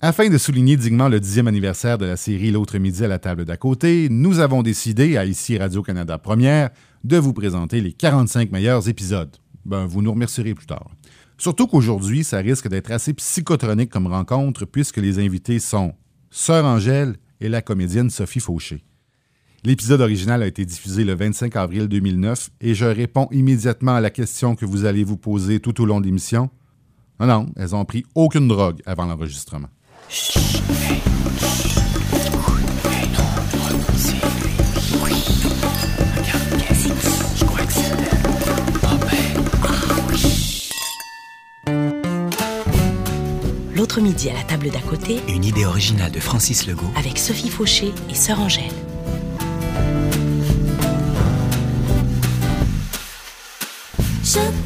Afin de souligner dignement le dixième anniversaire de la série L'autre midi à la table d'à côté, nous avons décidé, à ICI Radio-Canada Première, de vous présenter les 45 meilleurs épisodes. Ben, vous nous remercierez plus tard. Surtout qu'aujourd'hui, ça risque d'être assez psychotronique comme rencontre puisque les invités sont Sœur Angèle et la comédienne Sophie Fauché. L'épisode original a été diffusé le 25 avril 2009 et je réponds immédiatement à la question que vous allez vous poser tout au long de l'émission. Non, non, elles ont pris aucune drogue avant l'enregistrement. L'autre midi à la table d'à côté Une idée originale de Francis Legault. avec Sophie Fauché et Sœur Angèle.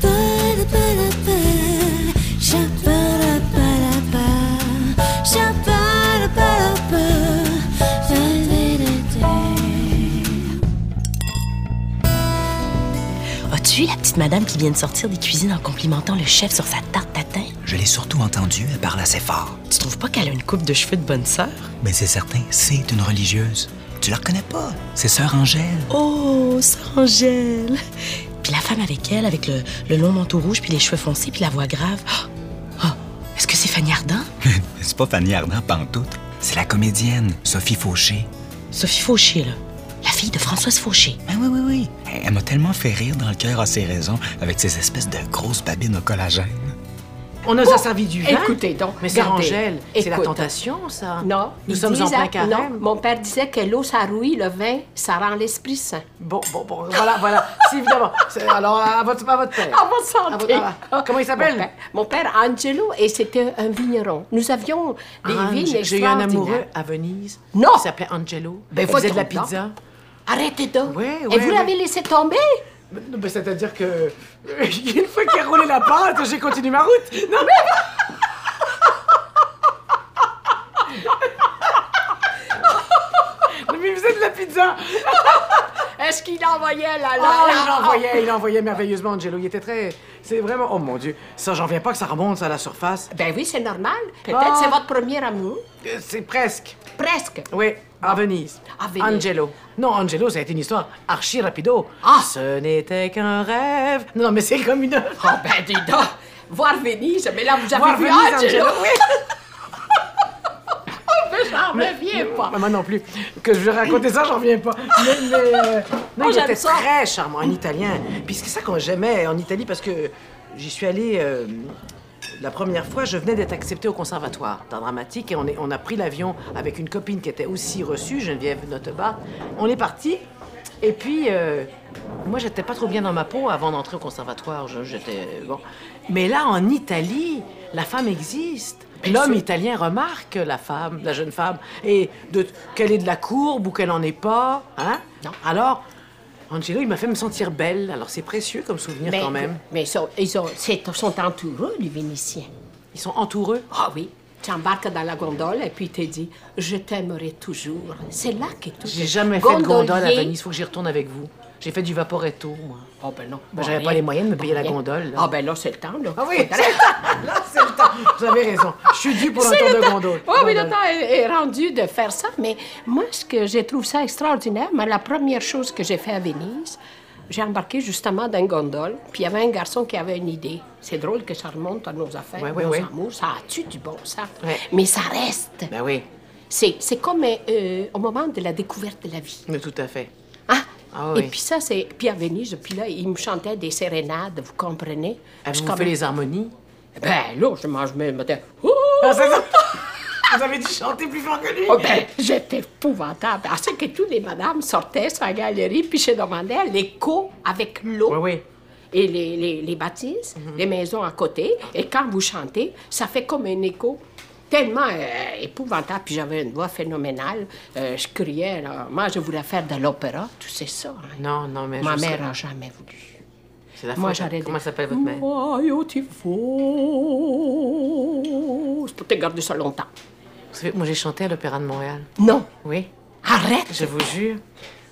Sha-ba-da-ba-da-ba, sha-ba-da-ba-da-ba, sha-ba-da-ba-da-ba, da-da-da-da. As-tu vu la petite madame qui vient de sortir des cuisines en complimentant le chef sur sa tarte tatin? Je l'ai surtout entendu, elle parle assez fort. Tu trouves pas qu'elle a une coupe de cheveux de bonne sœur? Mais c'est certain, c'est une religieuse. Tu la reconnais pas, c'est Sœur Angèle. Oh, Sœur Angèle! Puis la femme avec elle, avec le, le long manteau rouge, puis les cheveux foncés, puis la voix grave. Oh! Est-ce que c'est Fanny Ardant? c'est pas Fanny Ardant pantoute. C'est la comédienne, Sophie Fauché. Sophie Fauché, là. La fille de Françoise Fauché. Ah oui, oui, oui. Elle, elle m'a tellement fait rire dans le cœur à ses raisons avec ses espèces de grosses babines au collagène. On nous a servi du vin. Oh, Écoutez donc, Mais c'est regardez, Angèle, c'est la écoute. tentation, ça. Non, Nous Ah. ils sommes en disent plein à- carême. Non, mon père disait que l'eau, ça rouille, le vin, ça rend l'esprit sain. Bon, bon, bon, voilà, voilà. C'est évidemment. C'est- Alors, à votre, à votre père. À votre Ah, santé. votre- Ben. ah, comment il s'appelle? Mon père- Mon père, Angelo, et c'était un vigneron. Nous avions des Ange- vignes J'ai eu un extraordinaires. amoureux à Venise. Non! Il s'appelait Angelo. Ben, il faisait de la voyons donc. pizza. Arrêtez donc. Ouais, et ouais, vous ouais. l'avez laissé tomber? Non, ben, C'est-à-dire que. euh, Une fois qu'il a roulé la pâte, j'ai continué ma route. Non, mais. Non, mais il faisait de la pizza. Est-ce qu'il envoyait la Ah, il envoyait, il envoyait merveilleusement Angelo. Il était très. C'est vraiment. Oh mon Dieu. Ça, j'en viens pas que ça remonte à la surface. Ben oui, c'est normal. Peut-être Ah. c'est votre premier amour. Euh, C'est presque. Presque. Oui, à Venise. Ah. À Venise. Angelo. Non, Angelo, ça a été une histoire archi rapido. Ah! Ce n'était qu'un rêve. Non, mais c'est comme une. Oh, ben dis donc. Voir Venise, mais là, vous avez Voir vu Venise, Angelo. Angelo, oui. J'en Ah, reviens pas. Maman Ah, non plus. Que je vais raconter ça, j'en reviens pas. Mais, mais, euh, non, Oh, il j'aime était ça. très charmant, en italien. Puis c'est ça qu'on j'aimais en Italie parce que j'y suis allée. euh, la première fois, je venais d'être acceptée au conservatoire dans dramatique et on, est, on a pris l'avion avec une copine qui était aussi reçue, Geneviève Notebat. On est parti et puis euh, moi, j'étais pas trop bien dans ma peau avant d'entrer au conservatoire. Je- J'étais bon. Mais là, en Italie, la femme existe. L'homme italien remarque la femme, la jeune femme, et de qu'elle est de la courbe ou qu'elle en est pas, hein Non. Alors, Angelo, il m'a fait me sentir belle. Alors c'est précieux comme souvenir Mais, quand même. mais ils sont, ils sont, c'est- sont entoureux, les Vénitiens. Ils sont entoureux. Ah oui. Tu embarques dans la gondole et puis tu te dis Je t'aimerai toujours. C'est là que tout J'ai est. jamais fait de gondole à Gondolier. Venise. Faut que j'y retourne avec vous. J'ai fait du vaporetto, moi. Oh ben non. Ben, j'avais pas les moyens de me payer la gondole, là. Ah ben là, c'est le temps, là. Ah oui, là c'est le temps. Vous avez raison. Je suis due pour un tour de gondole. Oui, mais le Gondole. temps est, est rendu de faire ça. Mais moi, ce que je trouve ça extraordinaire, mais la première chose que j'ai fait à Venise, j'ai embarqué justement dans une gondole, puis il y avait un garçon qui avait une idée. C'est drôle que ça remonte à nos affaires, Ouais, ouais, nos ouais. amours, ça a tu du bon sens. Ouais. Mais ça reste. Ben oui, C'est c'est comme euh, euh, au moment de la découverte de la vie. mais tout à fait. Ah! Ah oui. Et puis ça, c'est... Puis à Venise, puis là, il me chantait des sérénades, vous comprenez? Puis Avez-vous comme- fait les harmonies Ben là, je Oh, mange mes matins. Ah, c'est ça. Vous avez dû chanter plus fort que lui. Oh ben, j'étais épouvantable. À ce que toutes les madames sortaient sur la galerie, puis je demandais l'écho avec l'eau. Oui, Mhm. oui. Et les, les, les bâtisses, les maisons à côté. Et quand vous chantez, ça fait comme un écho tellement euh, épouvantable. Puis j'avais une voix phénoménale. Euh, je criais. là. Moi, je voulais faire de l'opéra. Tu sais ça. hein. Non, non, mais Ma je mère sais- n'a jamais voulu. C'est la Moi, faute à- j'arrête. Comment s'appelle votre mère Voyons, tu vas. Je peux te garder ça longtemps. Vous savez, moi j'ai chanté à l'Opéra de Montréal. Non, Oui, arrête. je vous jure.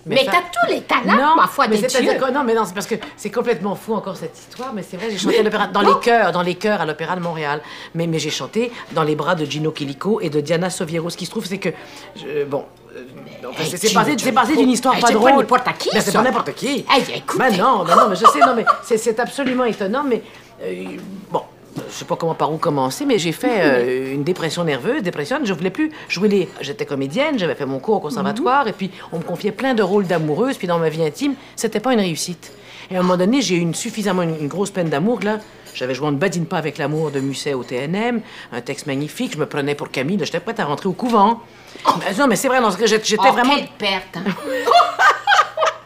Mais, fa- t'as tous les talents, ma foi, Oh, mais des c'est-à-dire dieux. que- non, mais non, c'est parce que c'est complètement fou encore cette histoire, mais c'est vrai, j'ai chanté à l'opéra, dans non. les chœurs, dans les chœurs à l'opéra de Montréal. Mais, mais j'ai chanté dans les bras de Gino Chilico et de Diana Soviero. Ce qui se trouve, c'est que, je- bon, euh, donc, Hey, c'est- c'est Gino, parti, tu c'est le parti fous. d'une histoire Hey, pas c'est pas drôle. n'importe qui, Mais c'est ça. pas n'importe qui. Hey, écoute. Mais Ah, non, mais non, mais je sais, non, mais c'est- c'est absolument étonnant, mais euh, bon. Je sais pas comment par où commencer, mais j'ai fait euh, une dépression nerveuse, dépression. Je voulais plus jouer les. J'étais comédienne, j'avais fait mon cours au conservatoire, et puis on me confiait plein de rôles d'amoureuse, puis dans ma vie intime, c'était pas une réussite. Et à un moment donné, j'ai eu une, suffisamment une, une grosse peine d'amour. que Là, j'avais joué On ne badine pas avec l'amour de Musset au TNM, un texte magnifique. Je me prenais pour Camille. là, J'étais prête à rentrer au couvent. Mais non, mais c'est vrai, non, c'est que j'étais j'étais Oh, vraiment. quelle perte, hein.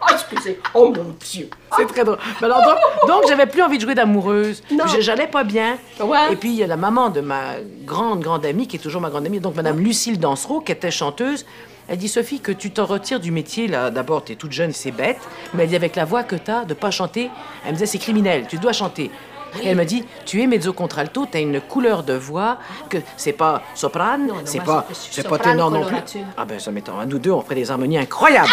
Oh, excusez. Oh, mon Dieu. C'est très drôle. Mais alors, donc, donc, j'avais plus envie de jouer d'amoureuse. Non. Puis, J'allais pas bien. Ouais. Et puis il y a la maman de ma grande grande amie qui est toujours ma grande amie, donc Madame Lucille Dansereau qui était chanteuse. Elle dit Sophie que tu t'en retires du métier là. D'abord t'es toute jeune, c'est bête. Mais elle dit avec la voix que t'as de pas chanter. Elle me disait c'est criminel. Tu dois chanter. Et elle m'a dit, tu es mezzo contralto, t'as une couleur de voix que c'est pas soprane, non, c'est moi, pas, je suis c'est pas soprane, ténor non plus. colorature. Ah ben ça m'étonne, à nous deux on ferait des harmonies incroyables.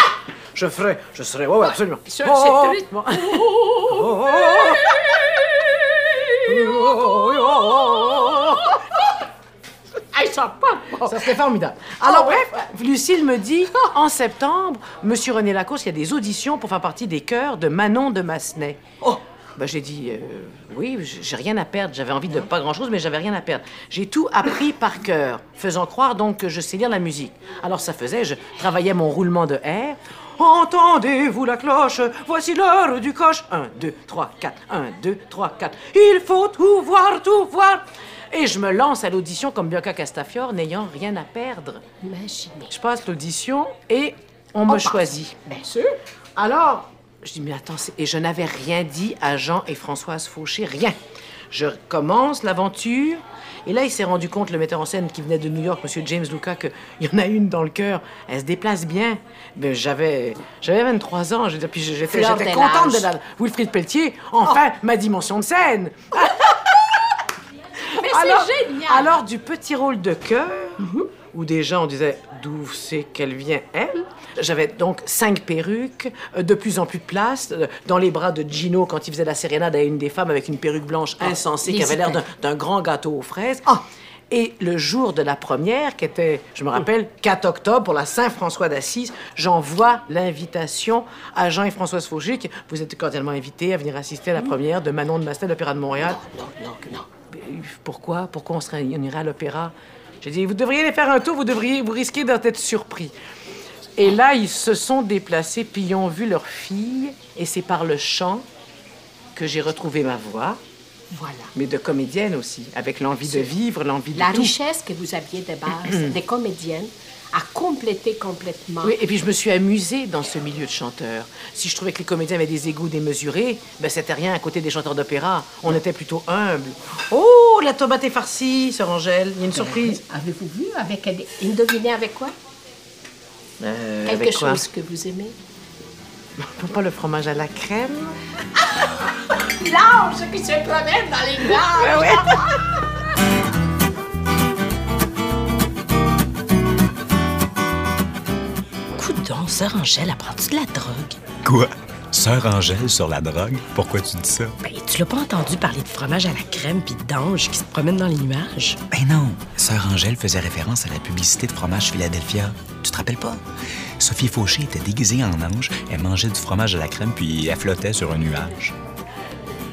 Je ferais, je serais, ouais, ouais, absolument. Ça, Oh, oh, c'est oh. Oh, oh, hein. oh. Hey, ça va pas. bon. Ça serait formidable. Alors Ah ouais. bref, Lucille me dit, en septembre, Monsieur René Lacoste, il y a des auditions pour faire partie des chœurs de Manon de Massenet. Oh ben, j'ai dit, euh, oui, j- j'ai rien à perdre. J'avais envie de pas grand-chose, mais j'avais rien à perdre. J'ai tout appris par cœur, faisant croire donc que je sais lire la musique. Alors ça faisait, je travaillais mon roulement de R. Entendez-vous la cloche, voici l'heure du coche. 1, 2, 3, 4, 1, 2, 3, 4. Il faut tout voir, tout voir. Et je me lance à l'audition comme Bianca Castafiore, n'ayant rien à perdre. Imaginez. Je passe l'audition et on me choisit. Bien sûr. Alors, je dis, mais attends, c'est- et je n'avais rien dit à Jean et Françoise Fauché, rien. Je commence l'aventure, et là, il s'est rendu compte, le metteur en scène qui venait de New York, Monsieur James Luca, qu'il y en a une dans le cœur, elle se déplace bien. Mais j'avais, j'avais 23 ans, je veux dire, puis j'étais, Fleur j'étais de contente de l'âge. la... Wilfrid Pelletier, enfin, ma dimension de scène! Mais alors, c'est génial. Mhm. Alors, du petit rôle de cœur, où des gens disaient d'où c'est qu'elle vient, elle, j'avais donc cinq perruques, euh, de plus en plus de place, euh, dans les bras de Gino quand il faisait la sérénade à une des femmes avec une perruque blanche insensée qui Ah, les Ah. avait l'air d'un hyper. d'un grand gâteau aux fraises. Et le jour de la première, qui était, je me rappelle, 4 octobre, pour la Saint-François d'Assise, j'envoie l'invitation à Jean et Françoise Fauché, qui- vous êtes cordialement invités à venir assister à la première de Manon de Mastel, de l'Opéra de Montréal. Non, non, non. Pourquoi Pourquoi on, serait, on irait à l'opéra J'ai dit, vous devriez aller faire un tour, vous devriez vous risquez d'en être surpris. Et là, ils se sont déplacés, puis ils ont vu leur fille, et c'est par le chant que j'ai retrouvé ma voix, Voilà. mais de comédienne aussi, avec l'envie de vivre, l'envie de La tout. richesse que vous aviez de base, des comédiennes, a complété complètement. Oui, et puis je me suis amusée dans ce milieu de chanteurs. Si je trouvais que les comédiens avaient des égouts démesurés, ben c'était rien à côté des chanteurs d'opéra. On était plutôt humbles. Oh, la tomate est farcie, sœur Angèle. Il y a une surprise. Avez-vous vu avec elle- une devinez avec quoi Euh, Quelque avec quoi? chose que vous aimez. Pourquoi le fromage à la crème L'ange qui se promène dans les nuages. Coup de danseur Angèle apprend-tu de la drogue? Quoi? Sœur Angèle sur la drogue? Pourquoi tu dis ça? Ben, tu l'as pas entendu parler de fromage à la crème puis d'anges qui se promènent dans les nuages? Ben non. Sœur Angèle faisait référence à la publicité de fromage Philadelphia. Tu te rappelles pas? Sophie Fauché était déguisée en ange, elle mangeait du fromage à la crème puis elle flottait sur un nuage.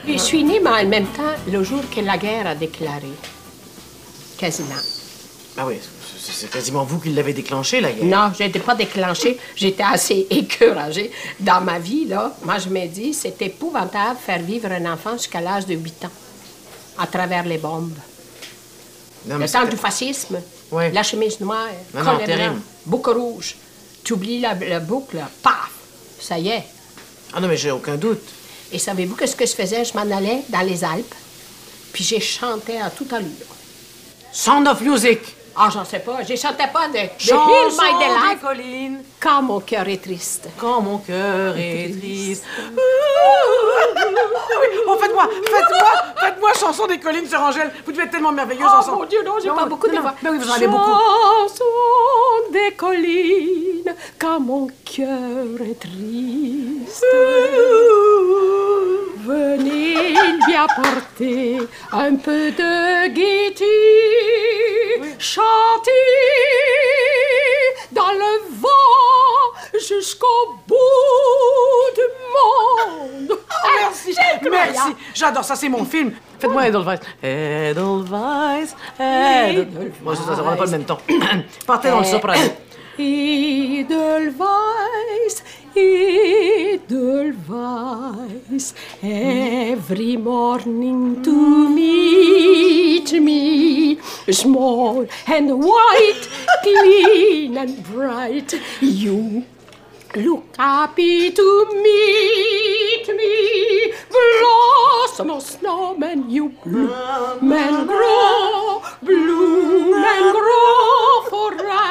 Je suis née, mais en même temps, le jour que la guerre a déclaré. Quasiment. Ah oui, c'est- c'est c'est quasiment vous qui l'avez déclenché, la guerre. Non, je n'étais pas déclenchée. J'étais assez écœuragée. Dans ma vie, là, moi, je me dis, c'est épouvantable faire vivre un enfant jusqu'à l'âge de 8 ans, à travers les bombes. Non, Le c'était- temps du fascisme, Ouais. la chemise noire, Non, non, collet terrible. blanc, boucle rouge. Tu oublies la, la boucle, paf, ça y est. Ah non, mais j'ai aucun doute. Et savez-vous que ce que je faisais? Je m'en allais dans les Alpes, puis j'ai chanté à toute allure. Sound of Music Ah, j'en sais pas, je chantais pas de, de Chanson Heal My des Delight collines quand mon cœur est triste. Quand mon cœur est triste. Oui, oh, faites-moi, faites-moi, faites-moi Chanson des collines sur Angèle. Vous devez être tellement merveilleuse Oh ensemble. mon Dieu, non, j'ai pas beaucoup de non, voix. Mais oui, vous en avez beaucoup. Chanson des collines quand mon cœur est triste. Venez lui apporter un peu de gaieté, chanter dans le vent jusqu'au bout du monde. Eh, Merci, merci. J'adore ça, c'est mon film. Faites-moi Edelweiss. Edelweiss, Edelweiss. Moi, ça, ça, on n'a pas le même temps. Partez Eh, dans le soprano. Edelweiss, Edelweiss, every morning to meet me, small and white, clean and bright, you look happy to meet me, blossom of snowman, you bloom and grow, bloom and grow forever.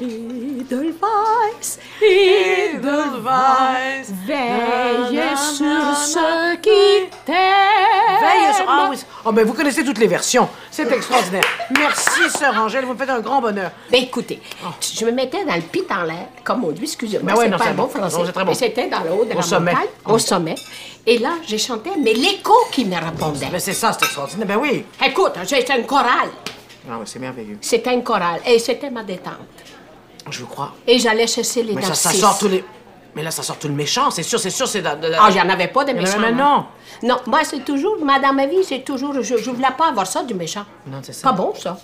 Edelweiss, Edelweiss, veille sur ceux qui Veille sur- Ah t'aiment. oui. Oh, mais vous connaissez toutes les versions. C'est extraordinaire. Merci, sœur Angèle. Vous me faites un grand bonheur. Ben écoutez, je me mettais dans le pit en l'air, comme on dit, excusez-moi, Ben ouais, c'est non, pas c'est un bon bon. français. Non, c'est très bon. Mais c'était dans le haut de la sommet. montagne, au sommet. Et là, j'ai chanté, mais l'écho qui me répondait. Mais c'est ça, c'est extraordinaire. Ben oui. Écoute, c'était une chorale. Non, mais c'est merveilleux. C'était une chorale. Et c'était ma détente. Je vous crois. Et j'allais chercher les Mais ça, ça narcisses. sort tous les. Mais là, ça sort tout le méchant. C'est sûr, c'est sûr, c'est. de- de- de- Ah, j'en avais pas de Euh, Il y en méchant. avait non. maintenant. Non, moi, c'est toujours, madame ma vie, c'est toujours, je, je voulais pas avoir ça du méchant. Non, c'est ça. Pas bon, ça.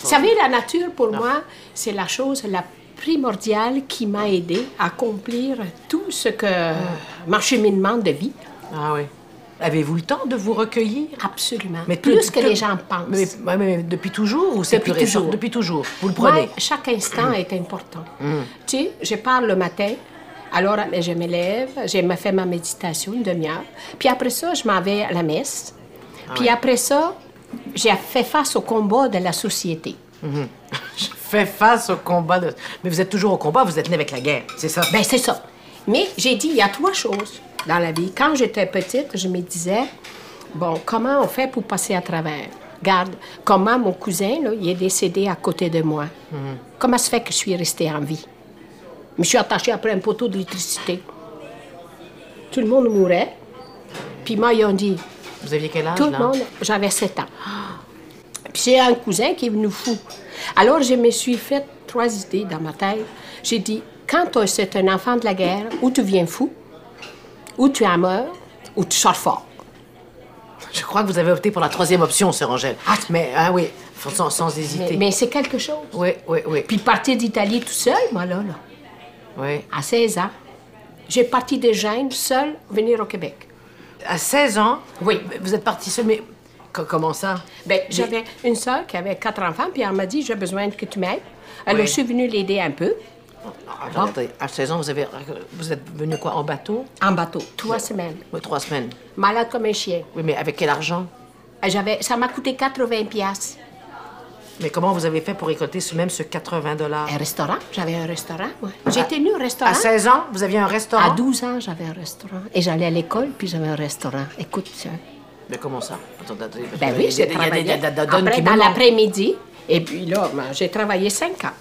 Vous savez, la nature, pour moi, c'est la chose la primordiale qui m'a aidée à accomplir tout ce que mon cheminement de vie. Ah oui. Avez-vous le temps de vous recueillir Absolument. Mais plus tout- que tout- les gens pensent. Mais, mais- mais depuis toujours ou c'est Depuis plus récent? toujours. Depuis toujours. Vous le Moi, prenez. Mm. chaque instant est important. Tu sais, je parle le matin, alors euh, je me lève, je me fais ma méditation une demi-heure, puis après ça, je m'en vais à la messe. Ah Puis après ça, j'ai fait face au combat de la société. Je fais face au combat. De... Mais vous êtes toujours au combat. Vous êtes né avec la guerre. C'est ça. Ben c'est ça. Mais j'ai dit, il y a trois choses dans la vie. Quand j'étais petite, je me disais, bon, comment on fait pour passer à travers? Regarde, comment mon cousin, là, il est décédé à côté de moi. Comment se fait que je suis restée en vie? Je me suis attachée après un poteau d'électricité. Tout le monde mourait. Puis moi, ils ont dit, Vous aviez quel âge tout là le monde, j'avais 7 ans. Puis j'ai un cousin qui est venu fou. Alors je me suis fait trois idées dans ma tête. J'ai dit, quand t'as- c'est un enfant de la guerre, ou tu viens fou, ou tu en meurs, ou tu sors fort. Je crois que vous avez opté pour la troisième option, sœur Angèle. Ah. mais ah oui, faut- sans, sans Mais, hésiter. mais c'est quelque chose. Oui, oui, oui. Puis partir d'Italie tout seul, moi là, là, oui. à 16 ans, j'ai parti de Gênes seule venir au Québec. À 16 ans, Oui. vous êtes parti seul, mais co- comment ça Ben, j'avais une sœur qui avait quatre enfants, puis elle m'a dit, j'ai besoin que tu m'aides. Alors Oui. je suis venue l'aider un peu. Attendez, Ah, attendez. À 16 ans, vous, avez, vous êtes venu quoi En bateau En bateau, trois semaines. Oui, Trois semaines. Malade comme un chien. Oui, mais avec quel argent Ah, J'avais, ça m'a coûté 80 pièces. Mais comment vous avez fait pour récolter ce même ce 80 dollars Un restaurant, j'avais un restaurant, moi. J'étais nue au restaurant. Ah. À 16 ans, vous aviez un À restaurant 12 ans, j'avais un restaurant. Et j'allais à l'école, puis j'avais un restaurant. Écoute, ça. Mais comment ça Attendez, attendez, parce Ben que il oui, y a j'ai des- il y a des- il y travaillé. a des- des donnes Après, qui dans me manquent. l'après-midi. Et puis là, ben, j'ai travaillé 5 ans.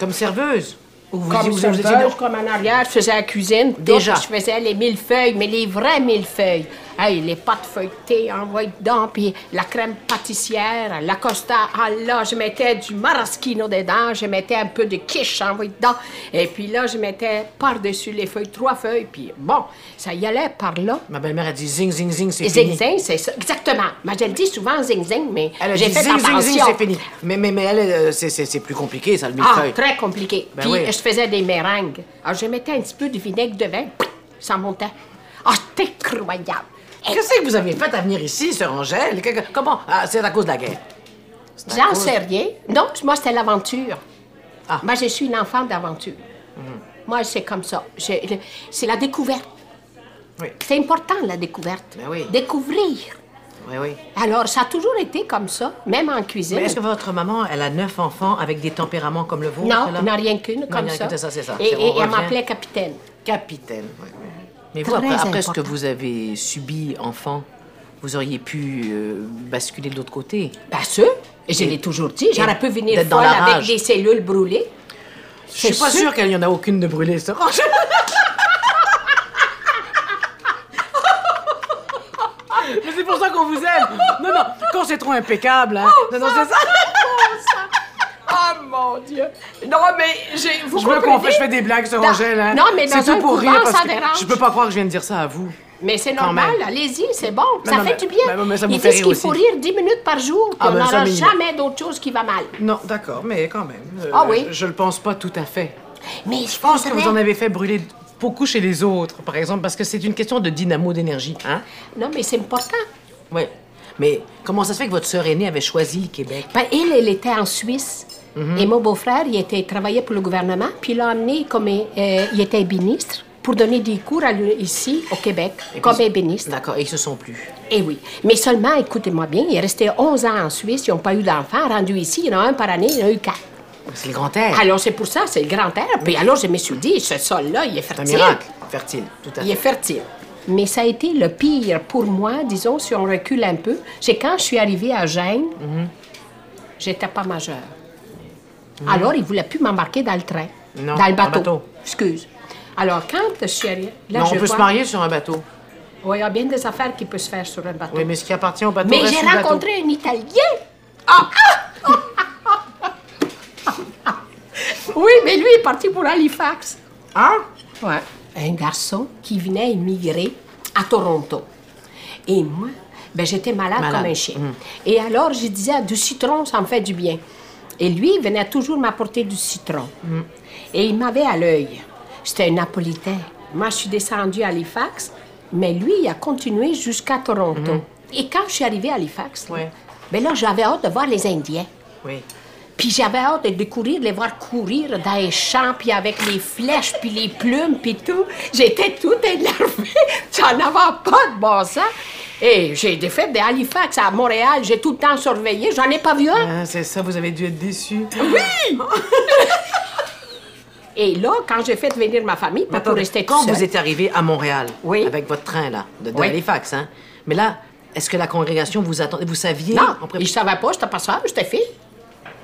Comme serveuse Ou vous, Comme vous- vous serveuse, étiez dans- comme en arrière, je faisais la cuisine. tout, Déjà. Je faisais les mille feuilles, mais les vrais mille feuilles. Hey, les pâtes feuilletées, envoie dedans, puis la crème pâtissière, la costa, ah là, je mettais du maraschino dedans, je mettais un peu de quiche, envoie dedans. Et puis là, je mettais par-dessus les feuilles, trois feuilles, puis bon, ça y allait par là. Ma belle-mère a dit zing, zing, zing, c'est Zing fini. zing, c'est ça, exactement. Moi, je le dis souvent zing zing, mais Elle a j'ai dit fait zing, ma zing, zing, pension. c'est fini. Mais, mais, mais elle, euh, c'est- c'est c'est plus compliqué, ça, le Ah, millefeuille. très compliqué. Ben Puis oui. je faisais des meringues. Alors je mettais un petit peu de vinaigre de vin, ça montait. Ah, c'était incroyable. Et Qu'est-ce que vous aviez fait à venir ici, sœur Angèle Que- que- Comment Ah, C'est à cause de la guerre. C'est à J'en cause- sais rien. Non, moi, c'était l'aventure. Ah. Mhm. Moi, je suis une enfant d'aventure. Moi, c'est comme ça. J'ai- le- C'est la découverte. Oui, C'est important, la découverte. Ben oui. Découvrir. oui, oui. Alors, ça a toujours été comme ça, même en cuisine. Mais est-ce que votre maman, elle a neuf enfants avec des tempéraments comme le vôtre Non, là? non, rien qu'une, Non, comme rien ça. qu'une, c'est ça, c'est ça. Et, C'est- on et elle revient. m'appelait capitaine. Capitaine. oui, oui. Mais vous, Très après, après ce que important. vous avez subi enfant, vous auriez pu euh, basculer de l'autre côté. Bien sûr. Et je l'ai toujours dit, j'aurais pu venir d'être dans folle la avec rage. des cellules brûlées. Je suis C'est pas sûr. sûre qu'il n'y en a aucune de brûlée, ça. Mais c'est pour ça qu'on vous aime. Non, non, quand c'est trop impeccable, hein. Non, non, c'est ça. Oh mon Dieu! Non, mais j'ai. Vous Je veux qu'on fait, je fais des blagues sur Dans- Angèle, hein. non, mais dans C'est tout un pour couvent, rire, parce ça que dérange. je peux pas croire que je viens de dire ça à vous. Mais c'est Quand normal, même. allez-y, c'est bon. Mais ça non, fait mais- du bien. mais- mais ça vous Ils fait disent rire qu'il aussi. faut rire 10 minutes par jour, Ah, qu'on ben, ça, n'aura mais- jamais d'autre chose qui va mal. Non, d'accord, mais quand même. euh, Ah oui? Je, je le pense pas tout à fait. Mais je Je pense que vous en avez fait brûler beaucoup chez les autres, par exemple, parce que c'est une question de dynamo d'énergie, hein. Non, mais c'est important. Oui. Mais comment ça se fait que votre sœur aînée avait choisi le Québec? Ben, elle, elle était en Suisse. Et mon beau-frère, il était, travaillait pour le gouvernement, puis il l'a emmené comme euh, il était ministre pour donner des cours à l'uni- ici, au Québec, Et comme puis- ébéniste. D'accord, et ils se sont plus. Eh oui. Mais seulement, écoutez-moi bien, il est resté 11 ans en Suisse, ils n'ont pas eu d'enfants. Rendu ici, il y en a un par année, il y en a eu quatre. C'est le grand air. Alors, c'est pour ça, c'est le grand air. Puis alors, je me suis dit, ce sol-là, il est C'est un fertile. miracle. Fertile, tout à Il est fait. fertile. Mais ça a été le pire pour moi, disons, si on recule un peu. C'est quand je suis arrivée à Gênes, Mhm. j'étais pas majeure. Alors, ils ne voulaient plus m'embarquer dans le train. Non, dans le en bateau. bateau. Excuse. Alors, quand je suis arrivée. Là, Non, je on peut se vois- marier sur un bateau. Oui, il y a bien des affaires qui peuvent se faire sur un bateau. Oui, mais ce qui appartient au bateau Mais reste j'ai au bateau. rencontré un Italien. Ah! oui, mais lui est parti pour Halifax. Hein? Ouais. Un garçon qui venait immigrer à Toronto. Et moi, ben, j'étais malade, Malade. Mm. comme un chien. Et alors, je disais, Ah, du citron, ça me fait du bien. Et lui, il venait toujours m'apporter du citron. Mm. Et il m'avait à l'œil. J'étais un Napolitain. Moi, je suis descendue à Halifax, mais lui, il a continué jusqu'à Toronto. Et quand je suis arrivée à Halifax, là, Mm-hmm. Ouais. ben là, j'avais hâte de voir les Indiens. Oui. Puis j'avais hâte de courir, de les voir courir dans les champs, puis avec les flèches, puis les plumes, puis tout. J'étais toute énervée. J'en avais pas de bon sens. Et j'ai des fêtes de Halifax à Montréal. J'ai tout le temps surveillé. J'en ai pas vu un. Ah, c'est ça, vous avez dû être déçus. Et là, quand j'ai fait venir ma famille, pas pour rester ben, quand tout seul. vous êtes arrivé à Montréal, Oui. avec votre train, là, de, de Oui. Halifax, hein? Mais là, est-ce que la congrégation vous attendait? Vous saviez? Non, en pré- ils savaient pas. J'étais pas seule. J'étais fille.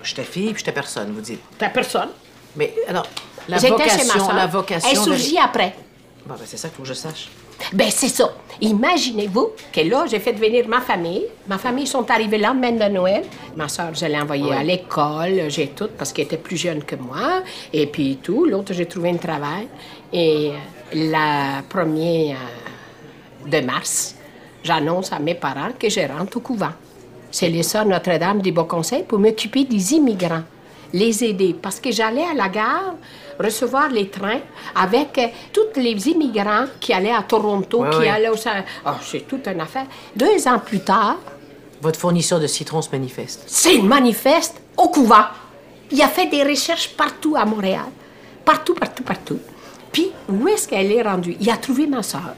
J'étais fille, puis j'étais personne, vous dites. J'étais personne. Mais alors, la J'étais chez ma vocation, soeur. la vocation... Elle de- surgit après. Bon, ben, c'est ça qu'il faut que je sache. Ben c'est ça. Imaginez-vous que là, j'ai fait venir ma famille. Ma famille sont arrivés le lendemain de Noël. Ma soeur, je l'ai envoyée à l'école, j'ai tout, parce qu'elle était plus jeune que moi. Et puis tout. L'autre, j'ai trouvé un travail. Et euh, la première euh, de mars, j'annonce à mes parents que je rentre au couvent. C'est les sœurs Notre-Dame du Bon Conseil pour m'occuper des immigrants, les aider. Parce que j'allais à la gare recevoir les trains avec euh, tous les immigrants qui allaient à Toronto, Ouais, qui ouais. allaient au... Saint- Ah, c'est toute une affaire. Deux ans plus tard, Votre fournisseur de citron se manifeste. c'est une manifeste au couvent. Il a fait des recherches partout à Montréal. Partout, partout, partout. Puis, où est-ce qu'elle est rendue? Il a trouvé ma soeur.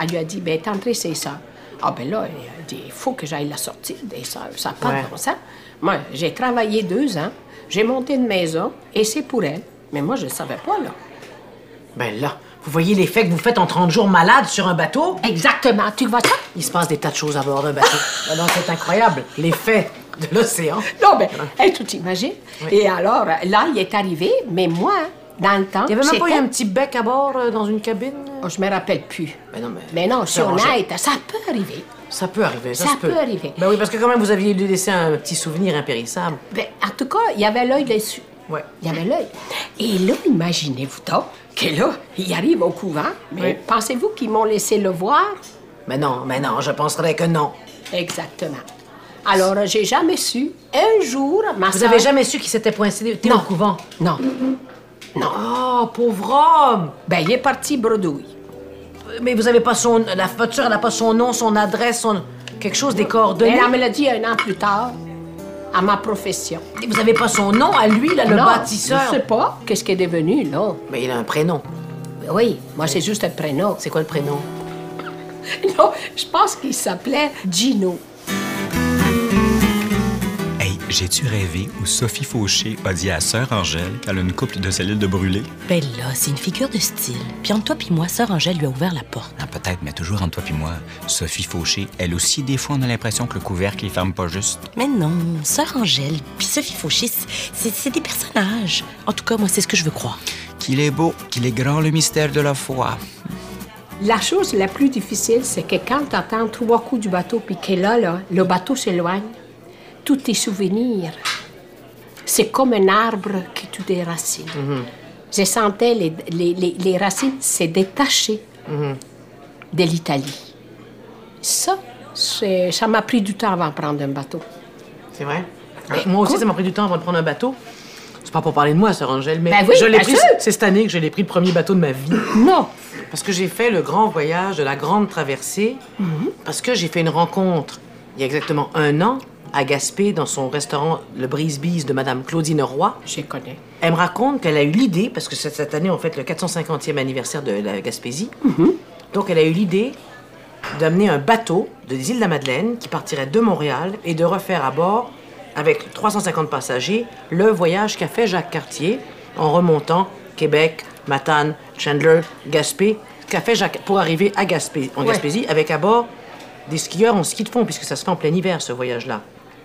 Elle lui a dit, ben, t'es entrée, c'est ça. Ah, ben là, il a dit, il faut que j'aille la sortir des sœurs. Ça n'a pas Ouais. de bon sens. Moi, j'ai travaillé deux ans, j'ai monté une maison, et c'est pour elle. Mais moi, je ne savais pas, là. Ben là, vous voyez les faits que vous faites en 30 jours malade sur un bateau? Exactement, tu vois ça? Il se passe des tas de choses à bord d'un bateau. Ben non, c'est incroyable, les faits de l'océan. Non, ben, elle, tu t'imagines? Oui. Et alors, là, il est arrivé, mais moi, dans le temps, Il y avait même pas eu c'était- un petit bec à bord euh, dans une cabine? Oh, je me rappelle plus. Mais Ben non, mais- Mais non, si Ça, on on- aide, ça peut arriver. Ça peut arriver, ça, Ça se peut. peut arriver. Ben oui, parce que quand même, vous aviez lui laissé un petit souvenir impérissable. Ben, en tout cas, il y avait l'œil dessus. Ouais. Il y avait l'œil. Et là, imaginez-vous donc que là, il arrive au couvent. Mais Oui. pensez-vous qu'ils m'ont laissé le voir? Mais non, mais non, je penserais que non. Exactement. Alors, euh, j'ai jamais su. Un jour, ma Vous sœur- avez jamais su qu'il s'était coïncidé au Non. couvent? Non. Oh, pauvre homme! Ben, il est parti bredouille. Mais vous avez pas son... La voiture, elle n'a pas son nom, son adresse, son... Quelque chose, des coordonnées? Elle me l'a dit un an plus tard, à ma profession. Vous avez pas son nom à lui, là, le non, bâtisseur? Je sais pas qu'est-ce qu'il est devenu, là. Mais il a un prénom. Ben oui, moi, c'est juste un prénom. C'est quoi le prénom? Non, je pense qu'il s'appelait Gino. Hey, J'ai-tu rêvé où Sophie Fauché a dit à Sœur Angèle qu'elle a une couple de cellules de brûlé? Ben là, c'est une figure de style. Puis entre toi puis moi, Sœur Angèle lui a ouvert la porte. Ah, peut-être, mais toujours entre toi puis moi. Sophie Fauché, elle aussi, des fois, on a l'impression que le couvercle, il ferme pas juste. Mais non, Sœur Angèle puis Sophie Fauché, c'est c'est des personnages. En tout cas, moi, c'est ce que je veux croire. Qu'il est beau, qu'il est grand le mystère de la foi. La chose la plus difficile, c'est que quand t'entends trois coups du bateau puis que là, là, le bateau s'éloigne, tous tes souvenirs, c'est comme un arbre qui tu déracines. Mhm. Je sentais les, les- les- les racines se détacher Mhm. de l'Italie. Ça, c'est- ça m'a pris du temps avant de prendre un bateau. C'est vrai? Mais moi aussi, cool. ça m'a pris du temps avant de prendre un bateau. C'est pas pour parler de moi, Sœur Angèle, mais Ben oui, je l'ai bien pris. sûr. C'est cette année que je l'ai pris le premier bateau de ma vie. Non! Parce que j'ai fait le grand voyage de la Grande Traversée, Mhm. parce que j'ai fait une rencontre il y a exactement un an à Gaspé dans son restaurant Le Brise-Bise de Madame Claudine Roy. Je connais. Elle me raconte qu'elle a eu l'idée, parce que cette cette année, on fête le 450e anniversaire de la Gaspésie. Donc, elle a eu l'idée d'amener un bateau de l'île de la Madeleine qui partirait de Montréal et de refaire à bord, avec 350 passagers, le voyage qu'a fait Jacques Cartier en remontant Québec, Matane, Chandler, Gaspé, qu'a fait Jacques pour arriver à Gaspé, en Ouais. Gaspésie, avec à bord des skieurs en ski de fond, puisque ça se fait en plein hiver, ce voyage-là.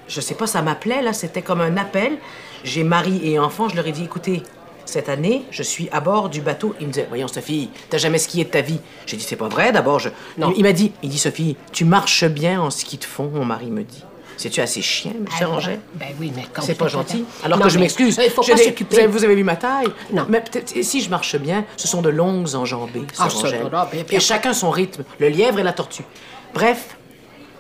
Je sais pas, ça m'appelait, là, c'était comme un appel. J'ai mari et enfant, je leur ai dit, écoutez, cette année, je suis à bord du bateau. Il me disait, voyons, Sophie, t'as jamais skié de ta vie. J'ai dit, c'est pas vrai, d'abord, je... Non. Il m'a dit, il dit, Sophie, tu marches bien en ski de fond, mon mari me dit. C'est-tu assez chien, M. Angèle? Ben oui, mais quand C'est je pas te gentil. regarde- Alors Non, que je mais, m'excuse. euh, Il faut je pas l'ai- Vous s'occuper. avez, vous avez vu ma taille? Non. Mais peut-être, et si je marche bien, ce sont de longues enjambées, Ah, Sœur ça Angèle. va, ben, Et bien. chacun son rythme, le lièvre et la tortue. Bref,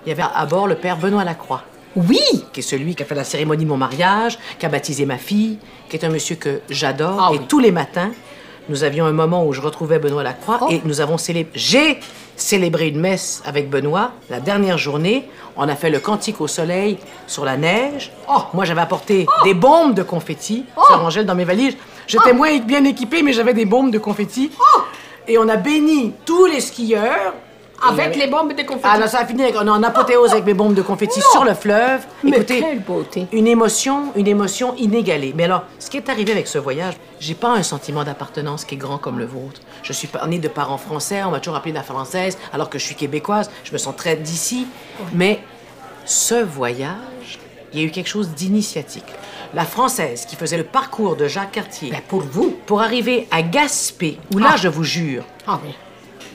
il y avait à bord le père Benoît Lacroix, Oui! qui est celui qui a fait la cérémonie de mon mariage, qui a baptisé ma fille, qui est un monsieur que j'adore. Ah et oui. tous les matins, nous avions un moment où je retrouvais Benoît Lacroix Oh. et nous avons célébré. J'ai célébré une messe avec Benoît la dernière journée. On a fait le cantique au soleil sur la neige. Oh, moi j'avais apporté des bombes de confetti. Oh. Ça rangeait dans mes valises. J'étais moins bien équipée, mais j'avais des bombes de confetti. Oh. Et on a béni tous les skieurs. Avec les bombes de confetti. Ah non, ça a fini avec, on est en apothéose avec mes bombes de confetti sur le fleuve. Mais quelle beauté. Une émotion, une émotion inégalée. Mais alors, ce qui est arrivé avec ce voyage, j'ai pas un sentiment d'appartenance qui est grand comme le vôtre. Je suis pas née de parents français, on m'a toujours appelée la française, alors que je suis québécoise, je me sens très d'ici. Mais ce voyage, il y a eu quelque chose d'initiatique. La française qui faisait le parcours de Jacques Cartier Ben, pour vous. pour arriver à Gaspé, où là, Ah. je vous jure, Ah oui.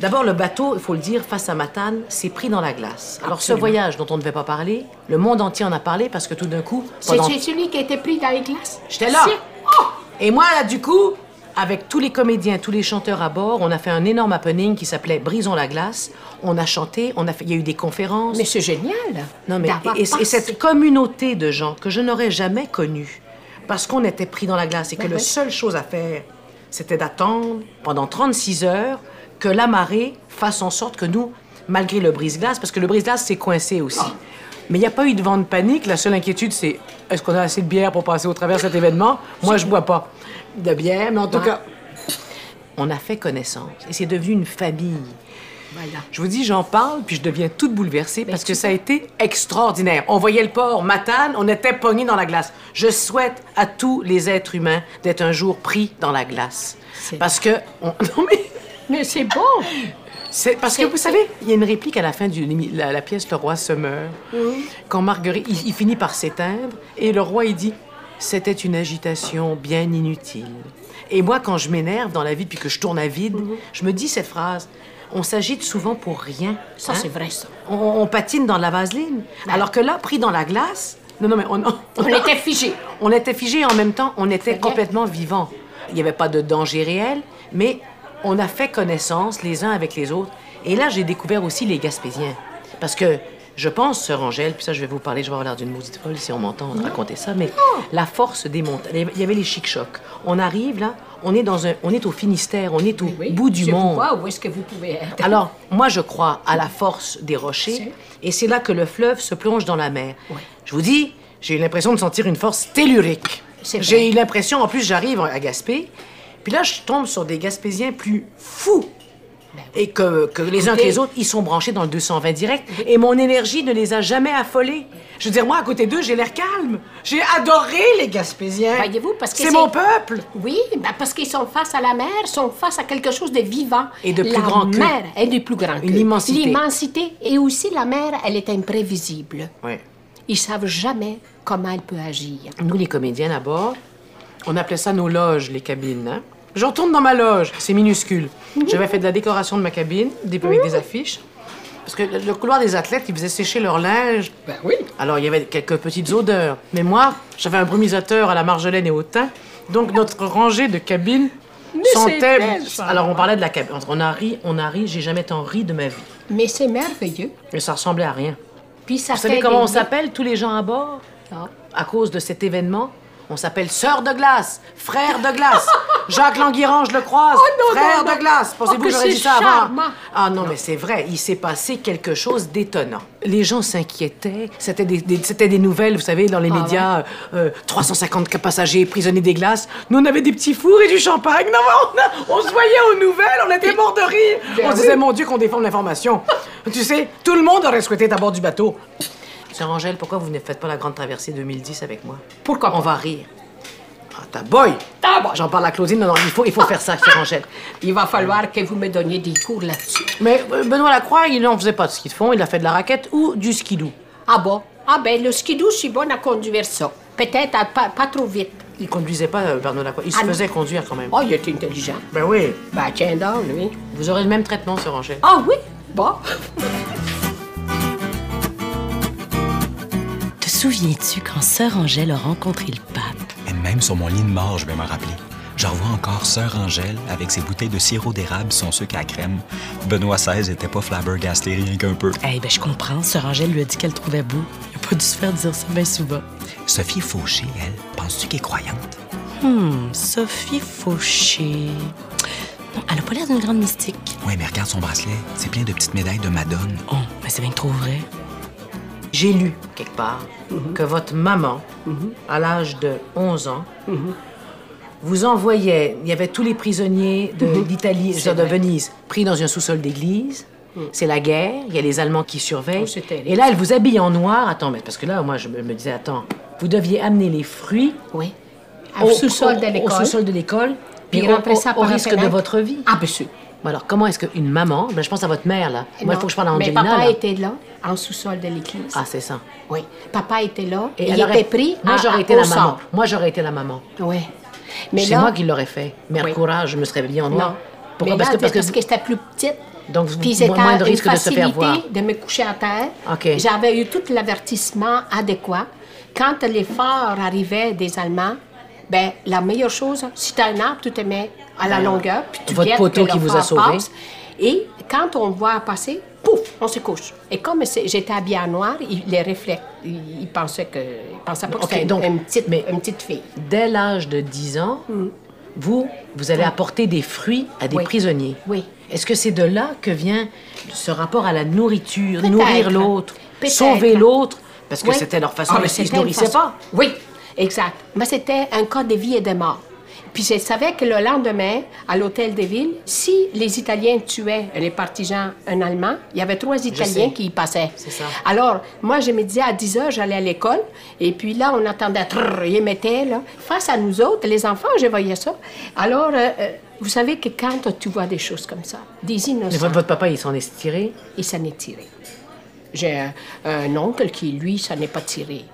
D'abord, le bateau, il faut le dire, face à Matane, s'est pris dans la glace. Alors, ce Absolument. voyage dont on ne devait pas parler, le monde entier en a parlé parce que tout d'un coup, C'est pendant... c'est celui qui a été pris dans les glaces? J'étais là. Si. Oh! Et moi, là, du coup, avec tous les comédiens, tous les chanteurs à bord, on a fait un énorme happening qui s'appelait Brisons la glace. On a chanté, on a fait... il y a eu des conférences. Mais c'est génial. Non, mais d'avoir et, et- et passé- cette communauté de gens que je n'aurais jamais connue parce qu'on était pris dans la glace et que Ben la oui. seule chose à faire, c'était d'attendre pendant 36 heures que la marée fasse en sorte que nous, malgré le brise-glace, parce que le brise-glace s'est coincé aussi. Ah. Mais il n'y a pas eu de vent de panique. La seule inquiétude, c'est est-ce qu'on a assez de bière pour passer au travers cet événement? Moi, je bois pas de bière, mais en tout Ouais. cas, on a fait connaissance. Et c'est devenu une famille. Voilà. Je vous dis, j'en parle, puis je deviens toute bouleversée parce Ben, tu que ça a été extraordinaire. On voyait le port, Matane, on était pognés dans la glace. Je souhaite à tous les êtres humains d'être un jour pris dans la glace. C'est- Parce que... on- Non, mais... Mais c'est beau. C'est parce que C'est- vous savez, il y a une réplique à la fin de la, la pièce Le roi se meurt. Quand Marguerite, il, il finit par s'éteindre et le roi il dit c'était une agitation bien inutile. Et moi quand je m'énerve dans la vie puis que je tourne à vide, Mhm. je me dis cette phrase on s'agite souvent pour rien. Ça, hein? c'est vrai, ça. On, on patine dans la vaseline. Alors que là, pris dans la glace, non, non, mais on, On était figés. on était figés en même temps, on était bien. complètement vivants. Il n'y avait pas de danger réel, mais on a fait connaissance les uns avec les autres. Et là, j'ai découvert aussi les Gaspésiens. Parce que je pense, Sœur Angèle, puis ça, je vais vous parler, je vais avoir l'air d'une maudite folle si on m'entend raconter ça, mais Oh. la force des montagnes. Il y avait les chic-chocs. On arrive là, on est, dans un, on est au Finistère, on est au Oui. bout du Je monde. vois où est-ce que vous pouvez être. Alors, moi, je crois à la force des rochers, et c'est là que le fleuve se plonge dans la mer. Ouais. Je vous dis, j'ai eu l'impression de sentir une force tellurique. C'est vrai. J'ai eu l'impression, en plus, j'arrive à Gaspé, puis là, je tombe sur des Gaspésiens plus fous Et que, que les uns que Ben Écoutez- les autres, ils sont branchés dans le 220 direct. Et mon énergie ne les a jamais affolés. Je veux dire, moi, à côté d'eux, j'ai l'air calme. J'ai adoré les Gaspésiens. Voyez-vous, parce que c'est mon peuple. Oui, ben parce qu'ils sont face à la mer, sont face à quelque chose de vivant. Et de plus la grand qu'eux. mer est de plus grand Une qu'eux. immensité. L'immensité. Et aussi, la mer, elle est imprévisible. Ouais. Ils savent jamais comment elle peut agir. Nous, les comédiens d'abord, on appelait ça nos loges, les cabines. Hein? Je retourne dans ma loge, c'est minuscule. J'avais fait de la décoration de ma cabine, des, avec des affiches. Parce que le, le couloir des athlètes, ils faisaient sécher leur linge. Ben oui. Alors, il y avait quelques petites odeurs. Mais moi, j'avais un brumisateur à la marjolaine et au thym. Donc, notre rangée de cabines sentait. c'était ça. Alors, on parlait de la cabine. On a ri, on a ri, j'ai jamais tant ri de ma vie. Mais c'est merveilleux. Mais ça ressemblait à rien. Puis ça Vous savez fait comment des- on s'appelle, tous les gens à bord Ah. à cause de cet événement, on s'appelle Sœur de glace, Frère de glace. Jacques Languiran, je le croise. Oh, non, frère non, non. de glace. Pensez-vous Oh, que que j'aurais dit c'est ça avant? charmant. Ah non, mais c'est vrai, il s'est passé quelque chose d'étonnant. Les gens s'inquiétaient. C'était des, des- c'était des nouvelles, vous savez, dans les Ah, médias. euh, euh, 350 ca- passagers prisonniers des glaces. Nous, on avait des petits fours et du champagne. Non, mais on, on se voyait aux nouvelles, on était morts de rire. Ben on se oui. disait, mon Dieu, qu'on déforme l'information. tu sais, tout le monde aurait souhaité être à bord du bateau. Sœur Angèle, pourquoi vous ne faites pas la grande traversée 2010 avec moi Pourquoi On va rire. Ah, ta boy! Ta boy! J'en parle à Claudine. Non, non, il faut, il faut faire ça, Sœur Angèle. Il va falloir que vous me donniez des cours là-dessus. Mais euh, Benoît Lacroix, il n'en faisait pas de ski de fond. Il a fait de la raquette ou du skidoo. Ah bon? Ah ben, le skidoo, je suis bonne à conduire ça. Peut-être à pas, pas trop vite. Il conduisait pas, euh, Benoît Lacroix. Il se Ah, non. faisait conduire quand même. Oh, il est intelligent. Ben oui. Ben, tiens donc, lui. Vous aurez le même traitement, Sœur Angèle. Ah oui? Bon. Te souviens-tu quand Sœur Angèle a rencontré le pape? Et même sur mon lit de mort, je vais m'en rappeler. Je revois encore Sœur Angèle avec ses bouteilles de sirop d'érable, son sucre à crème. Benoît XVI était pas flabbergasté rien qu'un peu. Eh ben, je comprends. Sœur Angèle lui a dit qu'elle le trouvait beau. Il a pas dû se faire dire ça bien souvent. Sophie Fauché, elle, penses-tu qu'elle est croyante? Hmm, Sophie Fauché. Non, elle a pas l'air d'une grande mystique. Ouais, mais regarde son bracelet, c'est plein de petites médailles de Madone. Oh, mais c'est bien trop vrai. J'ai lu quelque part Mhm. que votre maman, à l'âge de 11 ans, Mhm. vous envoyait, il y avait tous les prisonniers de- Mhm. d'Italie, je veux dire de Venise, pris dans un sous-sol d'église. C'est la guerre, il y a les Allemands qui surveillent. Mhm. Oh, c'est terrible. et là, elle vous habille en noir. Attends, mais parce que là, moi, je me me disais, attends, vous deviez amener les fruits Oui. Au sous-sol de au- l'école. Au sous-sol de l'école, Puis et au- rentrer ça au- par au la risque de fenêtre. votre vie. Ah, bien sûr. Bon, Alors, comment est-ce qu'une maman, ben, je pense à votre mère, là. Moi, il Eh Non. faut que je parle à Mais Angelina. papa là. était là, en sous-sol de l'église. Ah, c'est ça. oui. Papa était là. Et elle il aurait- était pris. Moi, à- à- j'aurais été au la maman. sort. Moi, j'aurais été la maman. Oui. Mais C'est là. moi qui l'aurais fait. Mère Oui. courage, je me serais bien en Non. noir. Pourquoi Mais parce, là, que, parce que j'étais plus petite. Donc, vous- Puis c'était moins de une risque de se faire facilité voir. de me coucher à terre. OK. J'avais eu tout l'avertissement adéquat. Quand les forts arrivaient des Allemands, ben la meilleure chose, si t'as un arbre, tu te mets à la Voilà. longueur, puis tu Ben, Votre guettes poteau que le qui vous a phare sauvé. passe. Et quand on voit passer, pouf, on se couche. Et comme c'est- j'étais habillée en noir, ils les réflexes, ils ils pensaient que, ils pensaient pas que OK, c'était donc, une, petite, mais- une petite fille. dès l'âge de 10 ans, vous, vous allez apporter des fruits à des Hmm. Oui. prisonniers. Oui. Est-ce que c'est de là que vient ce rapport à la nourriture, Peut-être. nourrir l'autre, Peut-être. sauver l'autre Parce que Oui. c'était leur façon, Ah, mais de ils se c'était une nourrissaient façon- pas. Oui, exact. Mais c'était un cas de vie et de mort. Puis je savais que le lendemain, à l'hôtel des villes, si les Italiens tuaient les partisans, un Allemand, il y avait trois Italiens sais. qui y passaient. C'est ça. Alors, moi, je me disais, à 10 heures, j'allais à l'école, et puis là, on entendait, trrr, ils mettaient, là. Face à nous autres, les enfants, je voyais ça. Alors, euh, euh, vous savez que quand tu vois des choses comme ça, des Mais innocents, votre, votre papa, il s'en est tiré. et ça n'est tiré. J'ai un, un oncle qui, lui, ça n'est pas tiré.